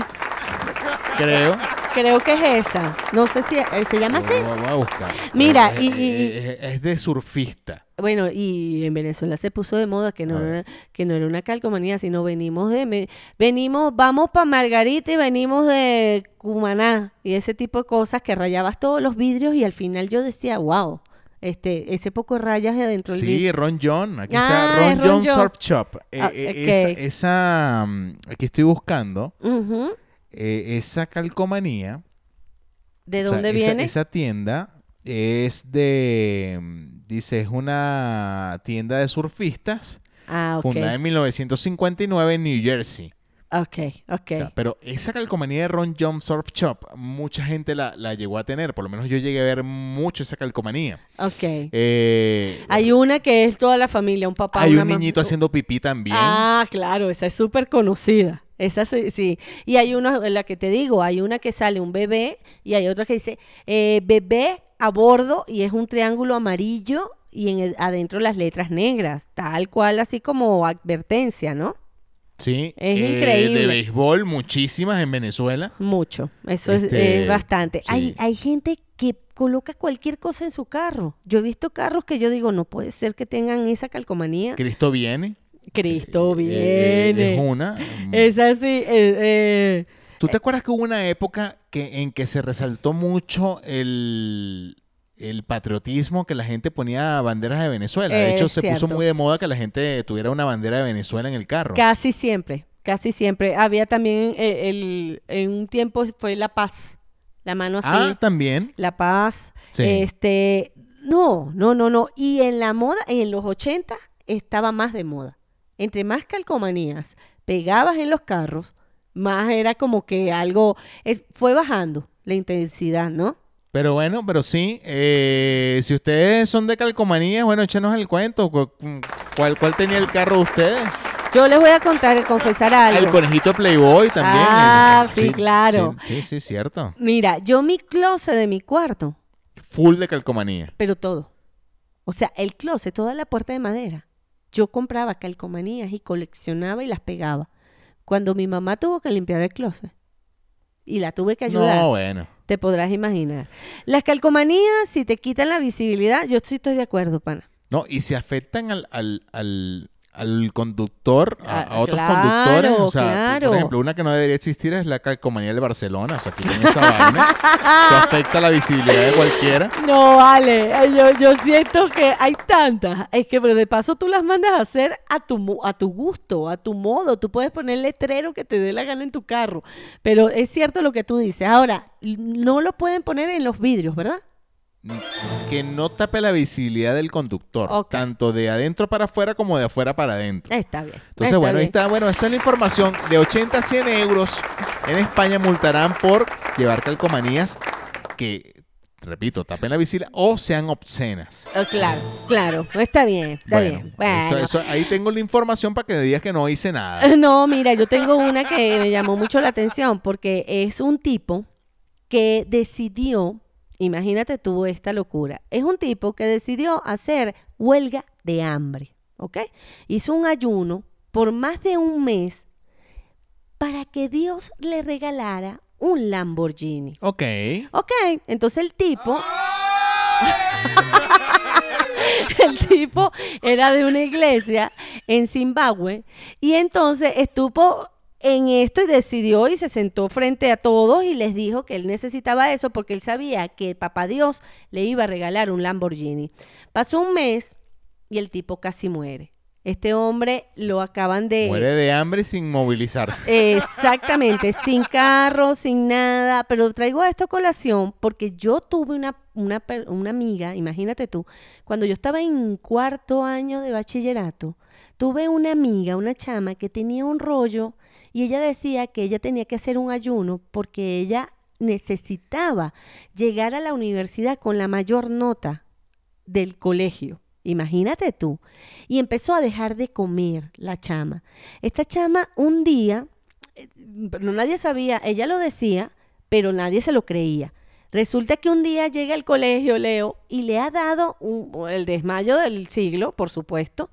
S1: Creo.
S2: Ah, Creo que es esa. No sé si eh, se llama así.
S1: Lo voy a buscar.
S2: Mira,
S1: Es-
S2: y-
S1: es-
S2: y-
S1: es- es de surfista.
S2: Bueno, y en Venezuela se puso de moda que no,
S1: A ver.
S2: era, que no era una calcomanía, sino venimos de me- venimos, vamos para Margarita y venimos de Cumaná y ese tipo de cosas que rayabas todos los vidrios y al final yo decía, wow, este, ese poco de rayas adentro del vidrio.
S1: Sí, eh, Ron John. Aquí
S2: Ah,
S1: está
S2: es
S1: Ron
S2: Ron
S1: John
S2: John.
S1: Surf Shop. Eh,
S2: Ah,
S1: eh,
S2: ok.
S1: esa, esa, mm, aquí estoy buscando
S2: Ujú.
S1: eh, esa calcomanía.
S2: ¿De
S1: o sea,
S2: dónde
S1: esa-
S2: viene?
S1: Esa, tienda es de, mm, dice, es una tienda de surfistas
S2: Ah, ok.
S1: fundada en 1959 en New Jersey.
S2: Ok, ok.
S1: O sea, pero esa calcomanía de Ron John Surf Shop, mucha gente la, la llegó a tener. Por lo menos yo llegué a ver mucho esa calcomanía.
S2: ok.
S1: Eh,
S2: Hay una que es toda la familia, un papá,
S1: hay
S2: una
S1: un
S2: mamá-
S1: niñito haciendo pipí también.
S2: Ah, claro, esa es súper conocida. Esa sí, sí. Y hay una, la que te digo, hay una que sale un bebé y hay otra que dice eh, bebé a bordo y es un triángulo amarillo y en el- adentro las letras negras, tal cual, así como advertencia, ¿no?
S1: Sí. Eh,
S2: Es
S1: De
S2: increíble.
S1: béisbol, muchísimas en Venezuela.
S2: Mucho, eso es-
S1: Este,
S2: es, bastante.
S1: sí.
S2: Hay, hay gente que coloca cualquier cosa en su carro. Yo he visto carros que yo digo, no puede ser que tengan esa calcomanía.
S1: Cristo viene.
S2: Cristo
S1: Eh, eh,
S2: viene.
S1: es una.
S2: Es así. eh, eh,
S1: ¿Tú te acuerdas que hubo una época que, en que se resaltó mucho el, el patriotismo que la gente ponía banderas de Venezuela? De
S2: Es
S1: hecho, se puso
S2: cierto.
S1: muy de moda que la gente tuviera una bandera de Venezuela en el carro.
S2: Casi siempre, casi siempre. Había también eh, el, en un tiempo fue la paz, la mano así,
S1: ah, también.
S2: la paz.
S1: Sí.
S2: Este, no, no, no, no. Y en la moda, en los 80 estaba más de moda. Entre más calcomanías pegabas en los carros, más era como que algo es- fue bajando la intensidad, ¿no?
S1: Pero bueno, pero sí. eh, si ustedes son de calcomanías, bueno, échenos el cuento. cu- cu- ¿Cuál, cuál tenía el carro de ustedes?
S2: Yo les voy a contar, confesar algo.
S1: El conejito Playboy también.
S2: Ah,
S1: el-
S2: sí, claro.
S1: Sí, sí, sí, cierto.
S2: Mira, yo mi closet de mi cuarto
S1: Full de calcomanía.
S2: pero todo. O sea, el closet, toda la puerta de madera. Yo compraba calcomanías y coleccionaba y las pegaba. Cuando mi mamá tuvo que limpiar el closet y la tuve que ayudar,
S1: No, bueno.
S2: te podrás imaginar. Las calcomanías, si te quitan la visibilidad, yo sí estoy de acuerdo, pana.
S1: No, y se afectan al, al, al, al conductor, a,
S2: Ah,
S1: a otros
S2: claro,
S1: conductores. O sea, por-
S2: claro.
S1: por ejemplo, una que no debería existir es la calcomanía del Barcelona. O sea, que tiene esa vaina.
S2: (laughs)
S1: Se afecta la visibilidad de cualquiera.
S2: No, vale, yo, yo siento que hay tantas. Es que pero de paso tú las mandas a hacer a tu, mo- a tu gusto, a tu modo. Tú puedes poner letrero que te dé la gana en tu carro. Pero es cierto lo que tú dices. Ahora, l- no lo pueden poner en los vidrios, ¿verdad?
S1: Que no tape la visibilidad del conductor.
S2: Ok.
S1: Tanto de adentro para afuera como de afuera para adentro.
S2: Está bien.
S1: Entonces,
S2: está
S1: bueno, ahí
S2: bien.
S1: está. Bueno, esa es la información. De 80 a 100 euros en España multarán por llevar calcomanías que, repito, tapen la visita o sean obscenas.
S2: Ah, claro, claro. Está bien, está
S1: bueno,
S2: bien. Bueno.
S1: eso- eso- ahí tengo la información para que me digas que no
S2: (laughs)
S1: hice nada.
S2: No, mira, yo tengo una que me llamó mucho la atención porque es un tipo que decidió, imagínate tú esta locura, es un tipo que decidió hacer huelga de hambre, ¿ok? Hizo un ayuno por más de un mes para que Dios le regalara un Lamborghini.
S1: Ok.
S2: Ok, entonces el tipo. (laughs) el tipo era de una iglesia en Zimbabue y entonces estuvo en esto y decidió y se sentó frente a todos y les dijo que él necesitaba eso porque él sabía que papá Dios le iba a regalar un Lamborghini. Pasó un mes y el tipo casi muere. Este hombre lo acaban de...
S1: Muere de hambre sin
S2: Eh, (laughs)
S1: movilizarse.
S2: Exactamente, sin carro, sin nada. Pero traigo esto a colación porque yo tuve una, una, per- una amiga, imagínate tú, cuando yo estaba en cuarto año de bachillerato, tuve una amiga, una chama, que tenía un rollo y ella decía que ella tenía que hacer un ayuno porque ella necesitaba llegar a la universidad con la mayor nota del colegio. Imagínate tú. Y empezó a dejar de comer la chama. Esta chama un día, eh, pero nadie sabía, ella lo decía, pero nadie se lo creía. Resulta que un día llega al colegio Leo y le ha dado un- el desmayo del siglo, por supuesto,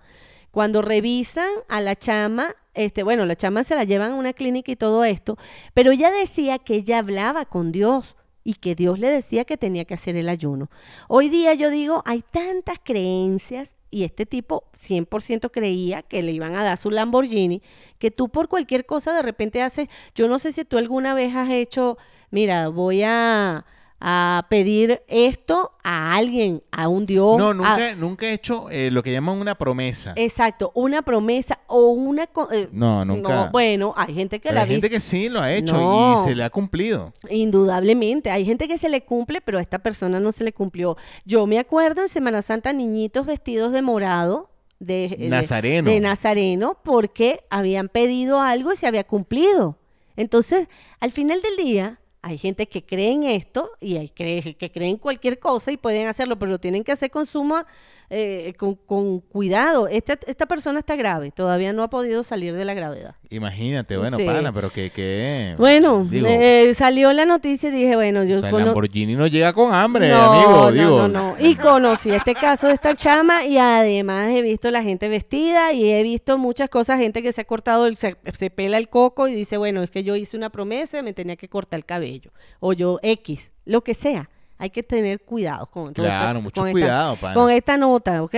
S2: Cuando revisan a la chama, este, bueno, la chama se la llevan a una clínica y todo esto, pero ella decía que ella hablaba con Dios y que Dios le decía que tenía que hacer el ayuno. Hoy día yo digo, hay tantas creencias y este tipo 100% creía que le iban a dar su Lamborghini, que tú por cualquier cosa de repente haces, yo no sé si tú alguna vez has hecho, mira, voy a, a pedir esto a alguien, a un Dios.
S1: No,
S2: a-
S1: nunca, nunca he hecho eh, lo que llaman una promesa.
S2: Exacto, una promesa o una... co- eh,
S1: No, nunca.
S2: bueno, hay gente que
S1: Pero
S2: la
S1: hay
S2: ha
S1: gente
S2: visto.
S1: que sí lo ha hecho
S2: No.
S1: y se le ha cumplido.
S2: Indudablemente, hay gente que se le cumple, pero a esta persona no se le cumplió. Yo me acuerdo en Semana Santa niñitos vestidos de morado. De, eh, de-
S1: Nazareno.
S2: De, Nazareno, porque habían pedido algo y se había cumplido. Entonces, al final del día, hay gente que cree en esto y hay cre- que creen cualquier cosa y pueden hacerlo, pero lo tienen que hacer con suma, eh, con, con cuidado. Esta, esta persona está grave, todavía no ha podido salir de la gravedad.
S1: Imagínate, bueno,
S2: Sí.
S1: pana, pero que... que
S2: Bueno,
S1: digo,
S2: eh, salió la noticia y dije, bueno, yo
S1: o sea, el
S2: cono-
S1: Lamborghini no llega con hambre,
S2: No,
S1: amigo.
S2: no,
S1: digo,
S2: no, no. Y conocí este caso de esta chama y además he visto la gente vestida y he visto muchas cosas, gente que se ha cortado, el- se, se pela el coco y dice, bueno, es que yo hice una promesa, me tenía que cortar el cabello. O yo X, lo que sea. Hay que tener cuidado con todo
S1: Claro,
S2: esto-
S1: mucho
S2: con esta-
S1: cuidado, pana.
S2: Con esta nota, ¿ok?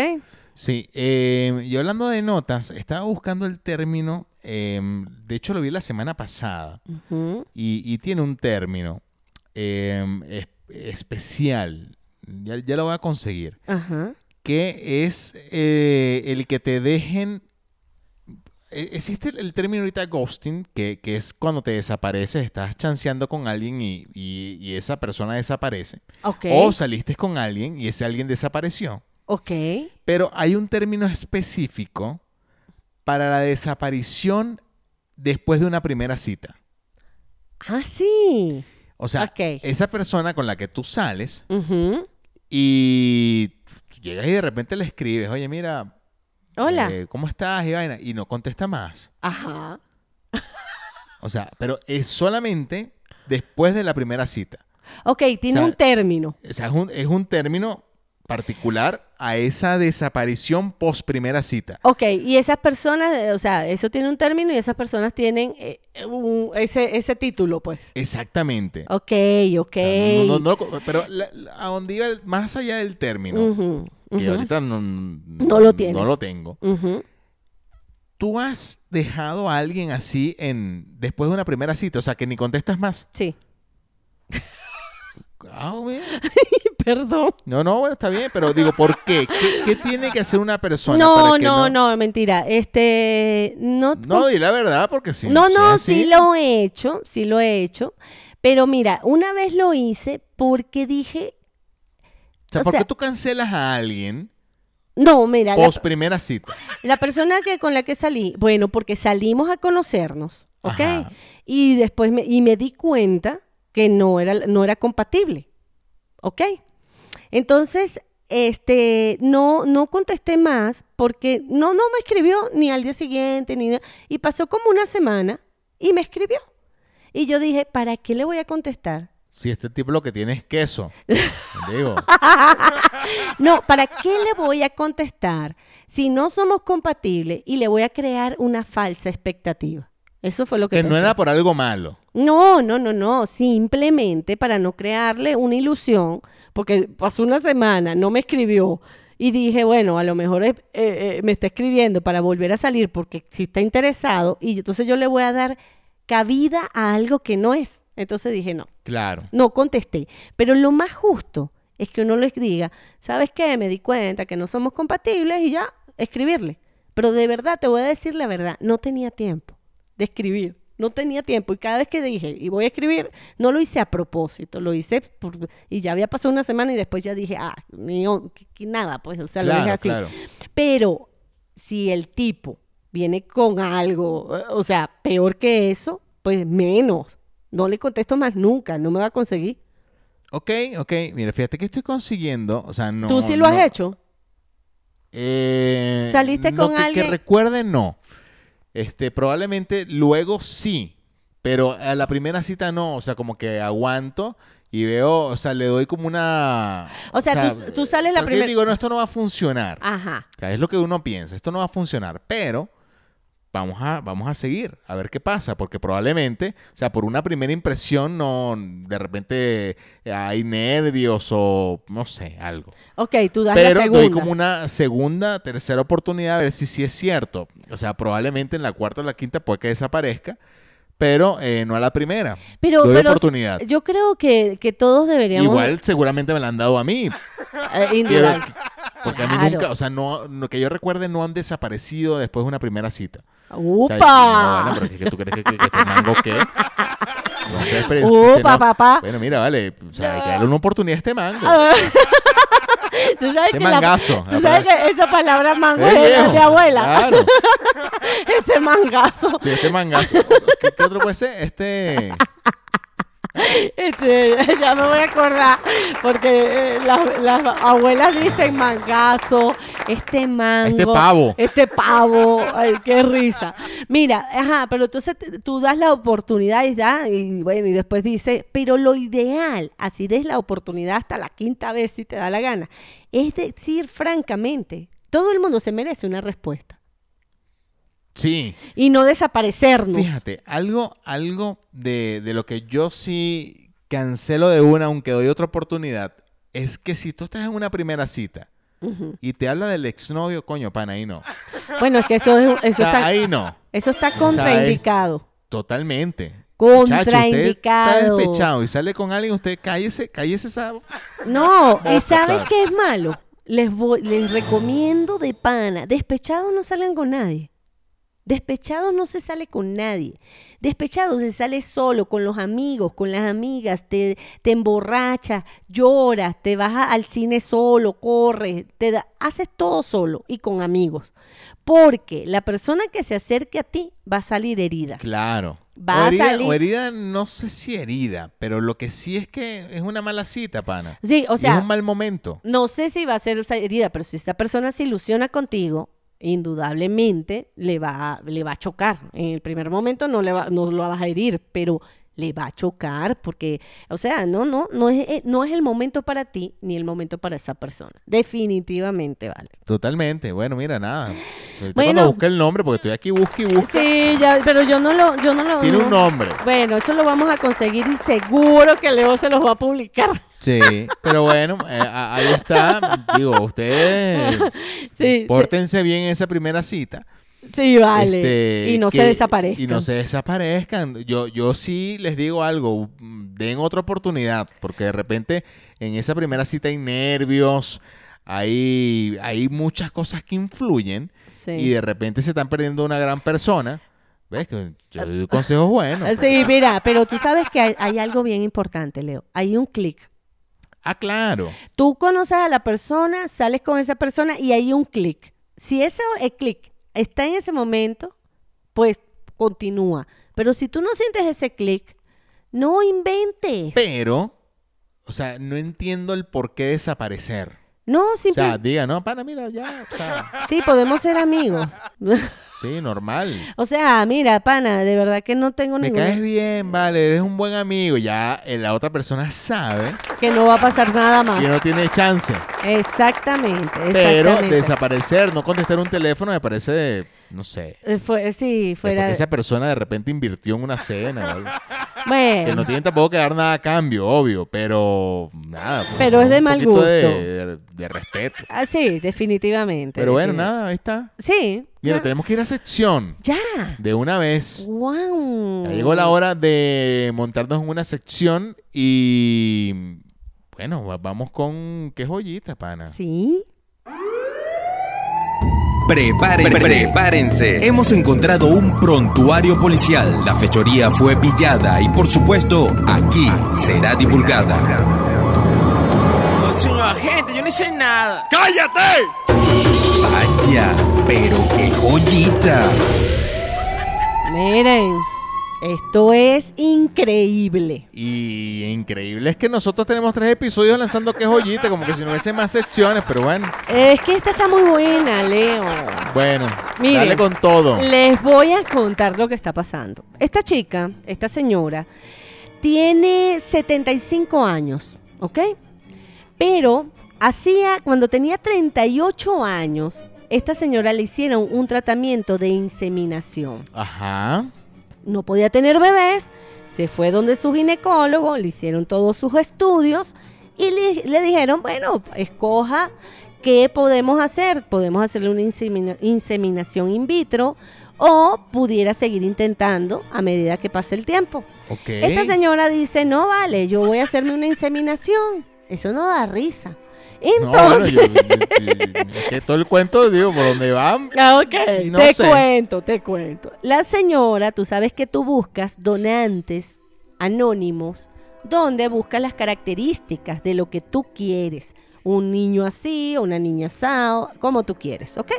S1: Sí, eh, y hablando de notas, estaba buscando el término, eh, de hecho lo vi la semana pasada,
S2: Ujú.
S1: y, y tiene un término eh, es- especial, ya, ya lo voy a conseguir,
S2: Ajá.
S1: que es eh, el que te dejen... e- Existe el- el término ahorita ghosting, que, que es cuando te desapareces, estás chanceando con alguien y, y- y esa persona desaparece.
S2: Ok.
S1: O saliste con alguien y ese alguien desapareció.
S2: ok.
S1: Pero hay un término específico para la desaparición después de una primera cita.
S2: Ah, sí.
S1: O sea,
S2: Ok.
S1: esa persona con la que tú sales
S2: Ujú.
S1: y tú llegas y de repente le escribes, oye, mira,
S2: Hola.
S1: eh, ¿cómo estás? Y, vaina, y no contesta más.
S2: Ajá.
S1: O sea, pero es solamente después de la primera cita.
S2: Ok, tiene
S1: O sea,
S2: un término.
S1: O sea, es un, es un término particular a esa desaparición post primera cita.
S2: Ok, y esas personas, eh, o sea, eso tiene un término y esas personas tienen eh, un- ese, ese título, pues.
S1: Exactamente.
S2: Ok, ok.
S1: O sea, no- no- no lo co- pero la- la- a donde iba el- más allá del término,
S2: Ujú,
S1: que
S2: ujú,
S1: ahorita no,
S2: No lo tienes.
S1: no lo tengo.
S2: ujú.
S1: ¿Tú has dejado a alguien así en después de una primera cita? O sea, que ni contestas más.
S2: Sí.
S1: Ah, bueno.
S2: Perdón.
S1: No, no, bueno, está bien, pero digo, ¿por qué? ¿Qué, qué tiene que hacer una persona
S2: No,
S1: para que
S2: no, no, mentira. Este, no.
S1: No, di la verdad, porque si
S2: no, no,
S1: es así-
S2: sí lo he hecho, sí lo he hecho. Pero mira, una vez lo hice porque dije,
S1: O sea,
S2: o
S1: ¿por
S2: sea-
S1: qué tú cancelas a alguien
S2: no, mira, la-
S1: post primera cita?
S2: La persona que con la que salí, bueno, porque salimos a conocernos, ¿ok?
S1: Ajá.
S2: Y después me, y me di cuenta que no era, no era compatible, ¿ok? Entonces, este, no, no contesté más porque no, no me escribió ni al día siguiente, ni na- Y pasó como una semana y me escribió. Y yo dije, ¿para qué le voy a contestar?
S1: Si este tipo lo que tiene
S2: (laughs)
S1: es queso. Digo,
S2: No, ¿para qué le voy a contestar si no somos compatibles y le voy a crear una falsa expectativa? Eso fue lo que
S1: que no
S2: pensé.
S1: era por algo malo.
S2: No, no, no, no, simplemente para no crearle una ilusión, porque pasó una semana, no me escribió y dije, bueno, a lo mejor es- eh, eh, me está escribiendo para volver a salir porque si está interesado y yo- entonces yo le voy a dar cabida a algo que no es. Entonces dije, no,
S1: Claro.
S2: no contesté. Pero lo más justo es que uno les diga, ¿sabes qué? Me di cuenta que no somos compatibles y ya, escribirle. Pero de verdad, te voy a decir la verdad, no tenía tiempo de escribir. No tenía tiempo y cada vez que dije, y voy a escribir, no lo hice a propósito, lo hice por- y ya había pasado una semana y después ya dije, ah, ni on- que- que nada, pues, o sea, lo dije
S1: Claro,
S2: así.
S1: claro.
S2: Pero si el tipo viene con algo, eh, o sea, peor que eso, pues menos. No le contesto más nunca, no me va a conseguir.
S1: Ok, ok. Mira, fíjate que estoy consiguiendo. O sea, no.
S2: ¿Tú sí lo
S1: no-
S2: has hecho?
S1: Eh,
S2: ¿Saliste
S1: no,
S2: con
S1: que-
S2: alguien?
S1: Que recuerde, no. Este, probablemente luego sí. Pero a la primera cita no. O sea, como que aguanto. y veo, o sea, le doy como una...
S2: O sea, tú- tú sales la
S1: porque
S2: primer-
S1: digo, no, esto no va a funcionar.
S2: Ajá.
S1: O sea, es lo que uno piensa, esto no va a funcionar, pero vamos a, vamos a seguir, a ver qué pasa, porque probablemente, o sea, por una primera impresión, no, de repente eh, hay nervios o no sé, algo.
S2: Ok, tú das la
S1: Pero
S2: segunda.
S1: doy como una segunda, tercera oportunidad a ver si sí es cierto. O sea, probablemente en la cuarta o la quinta puede que desaparezca, pero eh, no a la primera.
S2: pero,
S1: doy
S2: pero
S1: oportunidad.
S2: Yo creo que, que todos deberíamos.
S1: Igual seguramente me la han dado a mí,
S2: eh,
S1: Quiero-
S2: indudable.
S1: porque a
S2: Claro.
S1: mí nunca, o sea, no, no- que yo recuerde, no han desaparecido después de una primera cita. O
S2: ¡Upa!
S1: sea, no, bueno, pero es que tú crees que, que, que te mango qué. No sé, pero es-
S2: Upa,
S1: si no-
S2: papá. Ah,
S1: Bueno, mira, vale, o sea, hay que darle una oportunidad a este mango.
S2: Tú sabes
S1: Este
S2: que la-
S1: mangazo.
S2: tú sabes que esa palabra mango
S1: Eh,
S2: es de-
S1: viejo,
S2: de abuela.
S1: Claro.
S2: Este mangazo.
S1: Sí, este mangazo. ¿Qué, qué otro puede ser? Este.
S2: Este, (laughs) ya me voy a acordar, porque eh, las, las abuelas dicen mangazo, este mango.
S1: Este pavo.
S2: Este pavo, ay, qué risa. Mira, ajá, pero entonces te- tú das la oportunidad y, da, y bueno, y después dice, pero lo ideal, así des la oportunidad hasta la quinta vez si te da la gana, es decir francamente, todo el mundo se merece una respuesta
S1: Sí.
S2: y no desaparecernos.
S1: Fíjate, algo, algo de, de lo que yo sí cancelo de una, aunque doy otra oportunidad, es que si tú estás en una primera cita y te habla del exnovio, coño, pana, ahí no.
S2: Bueno, es que eso, es-
S1: O
S2: eso,
S1: sea,
S2: está,
S1: ahí no.
S2: eso está
S1: sea, es-
S2: contraindicado.
S1: Totalmente.
S2: Contraindicado.
S1: Muchacho, usted está despechado y sale con alguien, usted cállese, cállese esa.
S2: No, y
S1: Ojo,
S2: ¿sabes
S1: claro.
S2: qué es malo? Les, voy- les recomiendo de pana. Despechados no salgan con nadie. Despechados no se sale con nadie. Despechados se sale solo, con los amigos, con las amigas. Te, te emborrachas, lloras, te vas a- al cine solo, corres, te da- haces todo solo y con amigos. Porque la persona que se acerque a ti va a salir herida.
S1: Claro.
S2: Va
S1: o
S2: a
S1: herida,
S2: salir.
S1: o herida, no sé si herida, pero lo que sí es que es una mala cita, pana.
S2: Sí, o
S1: Y
S2: sea,
S1: es un mal momento.
S2: No sé si va a ser esa herida, pero si esta persona se ilusiona contigo, indudablemente le va, a- le va a chocar. En el primer momento no, le va- no lo vas a herir, pero le va a chocar porque, o sea, no, no, no es, eh, no es el momento para ti ni el momento para esa persona. Definitivamente, vale.
S1: Totalmente. Bueno, mira, nada. Ahorita
S2: Bueno.
S1: cuando busca el nombre, porque estoy aquí, busque y busque.
S2: Sí, ya, pero yo no lo, yo no lo.
S1: Tiene
S2: no-
S1: un nombre.
S2: Bueno, eso lo vamos a conseguir y seguro que Leo se los va a publicar. (laughs)
S1: Sí, (laughs) pero bueno, eh, a- ahí está. Digo, ustedes
S2: (laughs) Sí,
S1: pórtense bien en esa primera cita.
S2: sí, vale.
S1: Este,
S2: y no
S1: que-
S2: se desaparezca.
S1: Y no se desaparezcan. Yo, yo sí les digo algo, mm, den otra oportunidad, porque de repente en esa primera cita hay nervios, hay, hay muchas cosas que influyen
S2: Sí.
S1: y de repente se están perdiendo una gran persona. ¿Ves? Que yo doy consejos buenos.
S2: Ah, Eh, Sí, mira, pero tú sabes que hay, hay algo bien importante, Leo. Hay un clic.
S1: Ah, claro.
S2: Tú conoces a la persona, sales con esa persona y hay un clic. Si ese eh, clic está en ese momento, pues continúa. Pero si tú no sientes ese clic, no inventes.
S1: Pero, o sea, no entiendo el por qué desaparecer.
S2: No,
S1: O sea,
S2: simplemente.
S1: diga, no, para, mira, ya, o sea,
S2: sí, podemos ser amigos. (laughs)
S1: sí, normal.
S2: o sea, mira, pana, de verdad que no tengo
S1: Me
S2: ninguna-
S1: caes bien, vale, eres un buen amigo. Ya eh, la otra persona sabe
S2: que no va a pasar nada más.
S1: que no tiene chance.
S2: Exactamente,
S1: Pero
S2: exactamente.
S1: desaparecer, no contestar un teléfono me parece, no sé.
S2: Eh, fue- sí,
S1: es
S2: fuera.
S1: porque
S2: de-
S1: esa persona de repente invirtió en una cena o algo.
S2: Bueno.
S1: Que no tiene tampoco que dar nada a cambio, obvio, pero nada. pues,
S2: Pero es de
S1: un
S2: mal
S1: poquito de-
S2: gusto.
S1: de- de respeto.
S2: Ah, sí, definitivamente.
S1: Pero bueno,
S2: definitivamente.
S1: nada, ahí está.
S2: Sí.
S1: Mira,
S2: ya.
S1: tenemos que ir a sección
S2: Ya.
S1: de una vez.
S2: Wow.
S1: Ya llegó la hora de montarnos en una sección y bueno, va- vamos con qué joyita, pana.
S2: Sí.
S5: Prepárense.
S6: Prepárense.
S5: Hemos encontrado un prontuario policial. La fechoría fue pillada y, por supuesto, aquí será divulgada.
S4: Señor agente, yo no hice nada.
S5: ¡Cállate! Vaya, pero qué joyita.
S2: Miren, esto es increíble.
S1: Y increíble es que nosotros tenemos tres episodios lanzando qué joyita, como que si no hubiese más secciones, pero bueno,
S2: Es que esta está muy buena, Leo.
S1: bueno,
S2: Miren.
S1: dale con todo.
S2: Les voy a contar lo que está pasando. Esta chica, esta señora, tiene 75 años, ¿ok? Pero hacía, cuando tenía 38 años, esta señora le hicieron un tratamiento de inseminación.
S1: Ajá.
S2: No podía tener bebés, se fue donde su ginecólogo, le hicieron todos sus estudios y le, le dijeron, bueno, escoja qué podemos hacer. Podemos hacerle una insemina- inseminación in vitro o pudiera seguir intentando a medida que pase el tiempo.
S1: Ok.
S2: Esta señora dice, no vale, yo voy a hacerme una inseminación. Eso no da risa.
S1: No, bueno,
S2: Entonces,
S1: yo- es que todo el cuento, digo, por donde va.
S2: (laughs) Ah, ok,
S1: No
S2: te
S1: sé.
S2: cuento, te cuento. La señora, tú sabes que tú buscas donantes anónimos, donde buscas las características de lo que tú quieres. Un niño así, una niña asado, como tú quieres, ¿ok?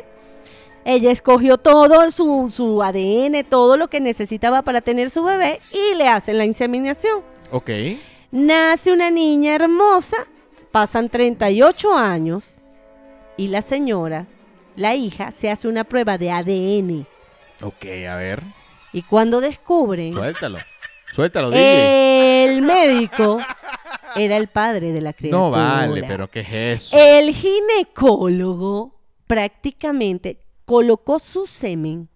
S2: Ella escogió todo su, su ADN, todo lo que necesitaba para tener su bebé y le hacen la inseminación.
S1: Ok.
S2: Nace una niña hermosa, pasan 38 años y la señora, la hija, se hace una prueba de ADN.
S1: Ok, a ver.
S2: Y cuando descubren,
S1: Suéltalo. Suéltalo,
S2: Eh,
S1: DJ.
S2: el médico era el padre de la criatura.
S1: No vale, pero ¿qué es eso?
S2: El ginecólogo prácticamente colocó su semen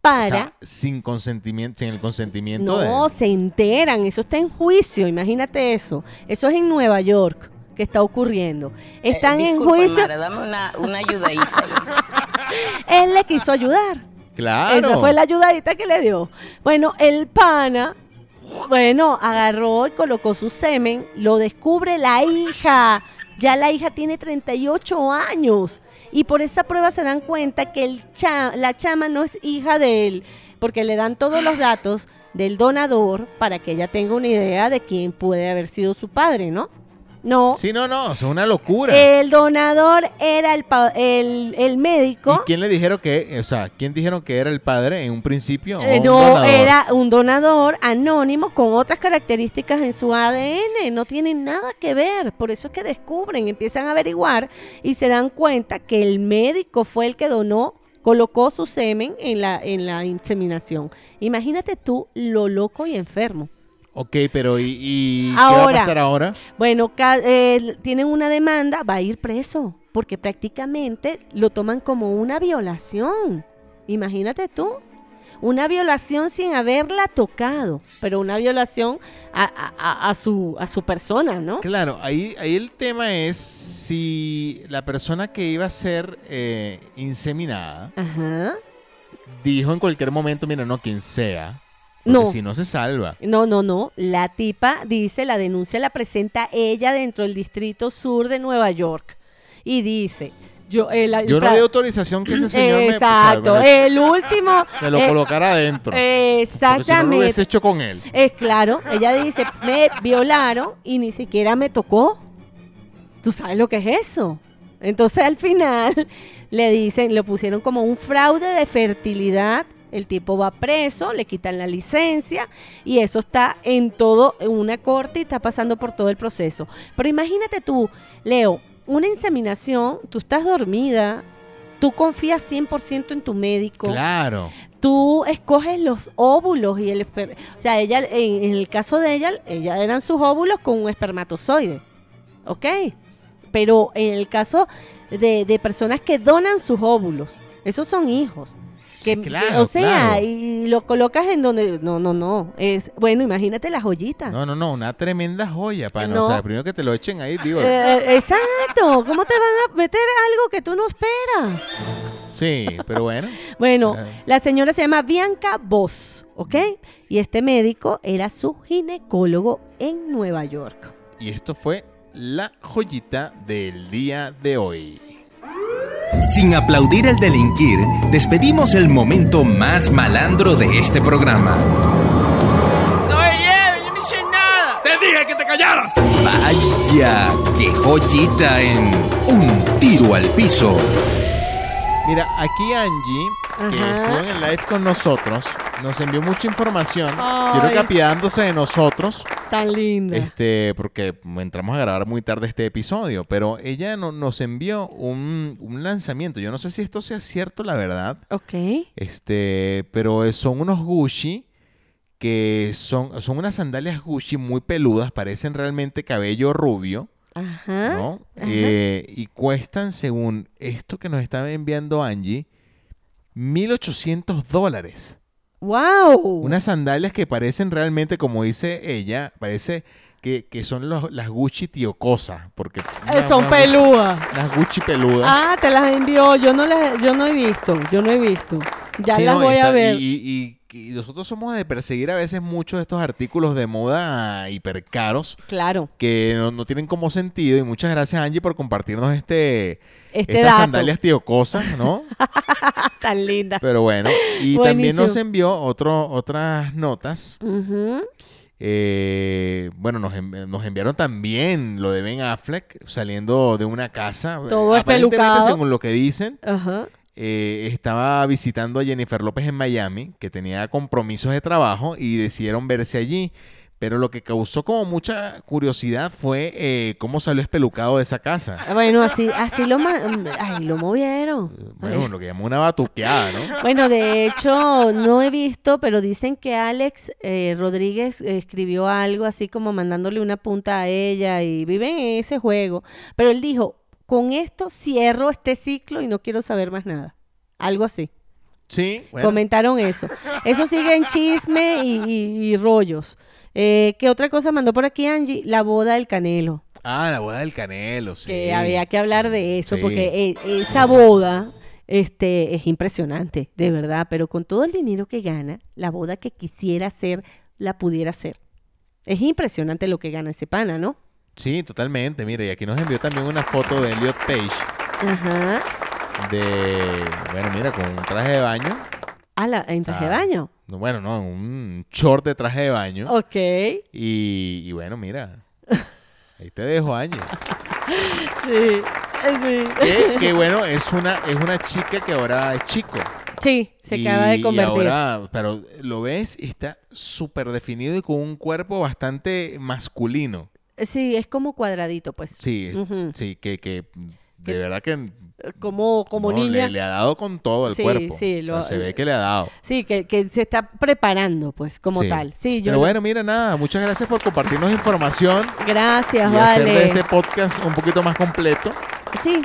S2: para...
S1: O sea, sin consentimiento, sin el consentimiento de.
S2: No, se enteran, eso está en juicio, imagínate eso. Eso es en Nueva York que está ocurriendo. Están
S6: Eh,
S2: en
S6: disculpa,
S2: juicio,
S6: Mara, dame una, una ayudadita. ahí.
S2: él le quiso ayudar.
S1: Claro.
S2: Esa fue la ayudadita que le dio. Bueno, el pana, bueno, agarró y colocó su semen, lo descubre la hija. Ya la hija tiene 38 años. Y por esa prueba se dan cuenta que el cha- la chama no es hija de él, porque le dan todos los datos del donador para que ella tenga una idea de quién puede haber sido su padre, ¿no? No. Eh,
S1: Sí, no, no, es una locura.
S2: El donador era el, pa- el, el
S1: ¿Y
S2: médico.
S1: quién le dijeron que, o sea, quién dijeron que era el padre en un principio? o
S2: Eh,
S1: un
S2: no,
S1: donador?
S2: era un donador anónimo con otras características en su ADN, no tiene nada que ver, por eso es que descubren, empiezan a averiguar y se dan cuenta que el médico fue el que donó, colocó su semen en la, en la inseminación. Imagínate tú lo loco y enfermo.
S1: Ok, pero ¿y, y qué va
S2: Ahora.
S1: a pasar ahora?
S2: Bueno, ca- eh, tienen una demanda, va a ir preso, porque prácticamente lo toman como una violación. Imagínate tú, una violación sin haberla tocado, pero una violación a, a- a- a su, a su persona, ¿no?
S1: Claro, ahí, ahí el tema es si la persona que iba a ser eh, inseminada
S2: Ajá.
S1: dijo en cualquier momento, mira, no, quien sea, porque
S2: No.
S1: si no se salva.
S2: No, no, no. La tipa dice, la denuncia la presenta ella dentro del distrito sur de Nueva York. Y dice, yo, el, el
S1: Yo no
S2: fra-
S1: di autorización que ese señor
S2: Exacto.
S1: me, o sea,
S2: el último.
S1: me lo
S2: eh,
S1: colocara adentro. Porque si no lo
S2: Exactamente.
S1: hubiese hecho con él.
S2: Es claro, ella dice, me violaron y ni siquiera me tocó. ¿Tú sabes lo que es eso? Entonces al final le dicen, lo pusieron como un fraude de fertilidad. El tipo va preso, le quitan la licencia y eso está en todo, en una corte y está pasando por todo el proceso. Pero imagínate tú, Leo, una inseminación, tú estás dormida, tú confías 100% en tu médico
S1: Claro.
S2: tú escoges los óvulos y el esper- o sea ella en, en el caso de ella ella eran sus óvulos con un espermatozoide ok pero en el caso de, de personas que donan sus óvulos esos son hijos
S1: Sí,
S2: Que- que-
S1: claro,
S2: o sea
S1: claro.
S2: y lo colocas en donde no no no es bueno imagínate la joyita
S1: No, no, no, una tremenda joya, pana.
S2: No.
S1: O sea, primero que te lo echen ahí, digo.
S2: Eh, exacto cómo te van a meter algo que tú no esperas
S1: Sí, pero bueno.
S2: Bueno,
S1: Claro.
S2: la señora se llama Bianca Voss, ¿ok? Y este médico era su ginecólogo en Nueva York.
S1: Y esto fue la joyita del día de hoy.
S5: Sin aplaudir el delinquir, despedimos el momento más malandro de este programa.
S4: No me lleves, yo no hice nada.
S5: ¡Te dije que te callaras! Vaya, qué joyita en un tiro al piso.
S1: Mira, aquí Angie, que
S2: Ajá.
S1: estuvo en el live con nosotros, nos envió mucha información.
S2: Ay,
S1: Yo creo que apiadándose de nosotros,
S2: Tan linda.
S1: este, porque entramos a grabar muy tarde este episodio, pero ella no- nos envió un, un lanzamiento. Yo no sé si esto sea cierto, la verdad,
S2: Ok.
S1: este, pero son unos Gucci que son, son unas sandalias Gucci muy peludas, parecen realmente cabello rubio,
S2: Ajá.
S1: ¿no? Eh, y cuestan, según esto que nos estaba enviando Angie, 1.800 dólares.
S2: ¡Wow!
S1: Unas sandalias que parecen realmente, como dice ella, parece que, que son los- las Gucci tiocosas. Porque
S2: Eh, son
S1: una-
S2: pelúas.
S1: Las Gucci peludas.
S2: Ah, te las envió. Yo no las, yo no he visto. Yo no he visto. Ya
S1: Sí,
S2: las
S1: no,
S2: voy
S1: está-
S2: a ver.
S1: Y, y- y nosotros somos de perseguir a veces muchos de estos artículos de moda hipercaros
S2: Claro.
S1: que no, no tienen como sentido. Y muchas gracias, Angie, por compartirnos este,
S2: Este
S1: estas
S2: dato.
S1: sandalias tiocosas, ¿no?
S2: (laughs) Tan linda.
S1: Pero bueno. Y también nos
S2: Buenísimo.
S1: envió otro, otras notas. Eh, bueno, nos, envi- nos enviaron también lo de Ben Affleck saliendo de una casa. eh,
S2: Todo
S1: Aparentemente,
S2: espelucado.
S1: según lo que dicen,
S2: Ajá.
S1: eh, estaba visitando a Jennifer López en Miami, que tenía compromisos de trabajo y decidieron verse allí. Pero lo que causó como mucha curiosidad fue eh, cómo salió espelucado de esa casa.
S2: Bueno, así, así lo ma- mm, ay, lo movieron.
S1: Bueno, lo que llamó una batuqueada, ¿no?
S2: Bueno, de hecho, no he visto, pero dicen que Alex eh, Rodríguez eh, escribió algo así como mandándole una punta a ella y viven en ese juego. Pero él dijo, con esto cierro este ciclo y no quiero saber más nada. Algo así. (laughs)
S1: Sí, bueno.
S2: Comentaron eso. Eso sigue en chisme y, y- y rollos. Eh, ¿Qué otra cosa mandó por aquí Angie? La boda del Canelo.
S1: Ah, la boda del Canelo, sí.
S2: Que había que hablar de eso,
S1: Sí.
S2: porque e- esa boda este, es impresionante, de verdad. Pero con todo el dinero que gana, la boda que quisiera hacer, la pudiera hacer. Es impresionante lo que gana ese pana, ¿no?
S1: Sí, totalmente. Mire, y aquí nos envió también una foto de Elliot Page
S2: Ajá.
S1: de, bueno, mira, con un traje de baño.
S2: Ah, la, en traje de
S1: Ah,
S2: baño.
S1: no, Bueno, no, un short de traje de baño.
S2: Oh. Ok.
S1: Y, y bueno, mira. Ahí te dejo, Angie.
S2: Sí. eh, sí. (laughs)
S1: Que, que bueno, es una, es una chica que ahora es chico.
S2: Sí, se
S1: Y-
S2: acaba de
S1: y
S2: convertir.
S1: ahora, pero lo ves, y está súper definido y con un cuerpo bastante masculino.
S2: Eh, Sí, es como cuadradito, pues.
S1: Sí, es-
S2: Ujú.
S1: sí, que, que de verdad que
S2: Como, como
S1: no, le-
S2: niña.
S1: Le, ha dado con todo el
S2: Sí,
S1: cuerpo.
S2: sí,
S1: O sea,
S2: lo-
S1: se ve que le ha dado.
S2: Sí, que, que se está preparando, pues, como
S1: Sí.
S2: tal. Sí, yo.
S1: Pero bueno, mira, nada, muchas gracias por compartirnos información y
S2: Gracias,
S1: hacer de
S2: vale.
S1: este podcast un poquito más completo.
S2: Sí,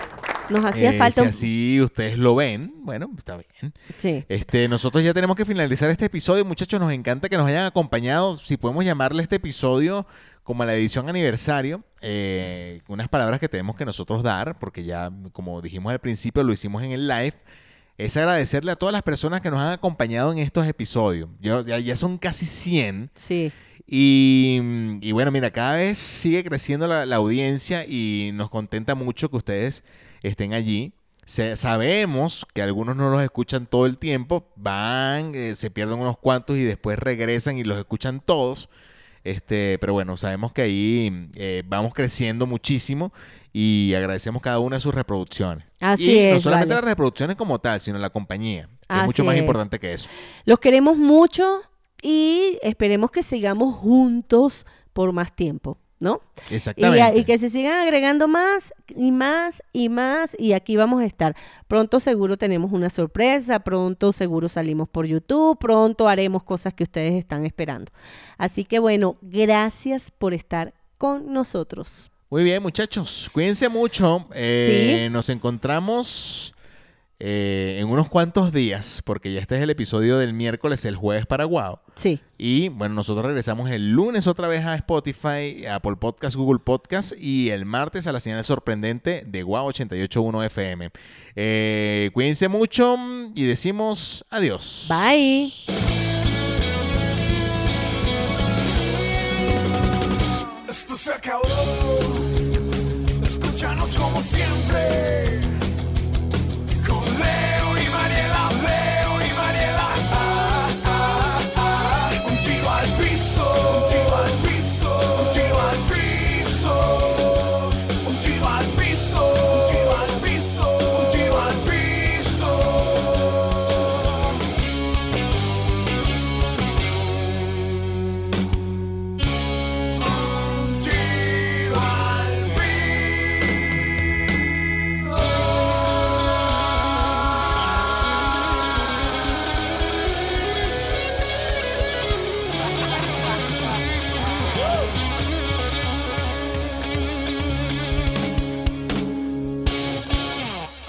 S2: nos hacía
S1: Eh,
S2: falta.
S1: Si
S2: un-
S1: así ustedes lo ven, bueno, está bien.
S2: Sí.
S1: Este, nosotros ya tenemos que finalizar este episodio. Muchachos, nos encanta que nos hayan acompañado. Si podemos llamarle este episodio como la edición aniversario, eh, unas palabras que tenemos que nosotros dar, porque ya, como dijimos al principio, lo hicimos en el live. Es agradecerle a todas las personas que nos han acompañado en estos episodios. Yo- ya, ya son casi 100.
S2: Sí.
S1: Y, mm, y bueno, mira, cada vez sigue creciendo la, la audiencia y nos contenta mucho que ustedes estén allí. Se- sabemos que algunos no los escuchan todo el tiempo, van, eh, se pierden unos cuantos y después regresan y los escuchan todos. Este, pero bueno, sabemos que ahí eh, vamos creciendo muchísimo y agradecemos cada una de sus reproducciones.
S2: Así
S1: y no
S2: es,
S1: solamente
S2: vale.
S1: las reproducciones como tal, sino la compañía. que es
S2: Así
S1: mucho más
S2: es.
S1: importante que eso.
S2: Los queremos mucho y esperemos que sigamos juntos por más tiempo, ¿no? Y,
S1: Exactamente.
S2: a- y que se sigan agregando más y más y más y aquí vamos a estar. Pronto seguro tenemos una sorpresa, pronto seguro salimos por YouTube, pronto haremos cosas que ustedes están esperando. Así que bueno, gracias por estar con nosotros.
S1: Muy bien, muchachos. Cuídense mucho. Eh, Nos encontramos eh, en unos cuantos días, porque ya este es el episodio del miércoles, el jueves para Guau.
S2: Sí.
S1: Y bueno, nosotros regresamos el lunes otra vez a Spotify, Apple Podcast, Google Podcast y el martes a la señal sorprendente de Guau 881 FM. Eh, cuídense mucho y decimos adiós.
S2: Bye.
S7: Esto se acabó. Escúchanos como siempre. Con Leo y Mariela, Leo y Mariela. Ah, ah, ah. Un tiro al piso, un tiro al piso, un tiro al piso. Un tiro al piso, un tiro al piso, un tiro al piso. Un tiro al piso.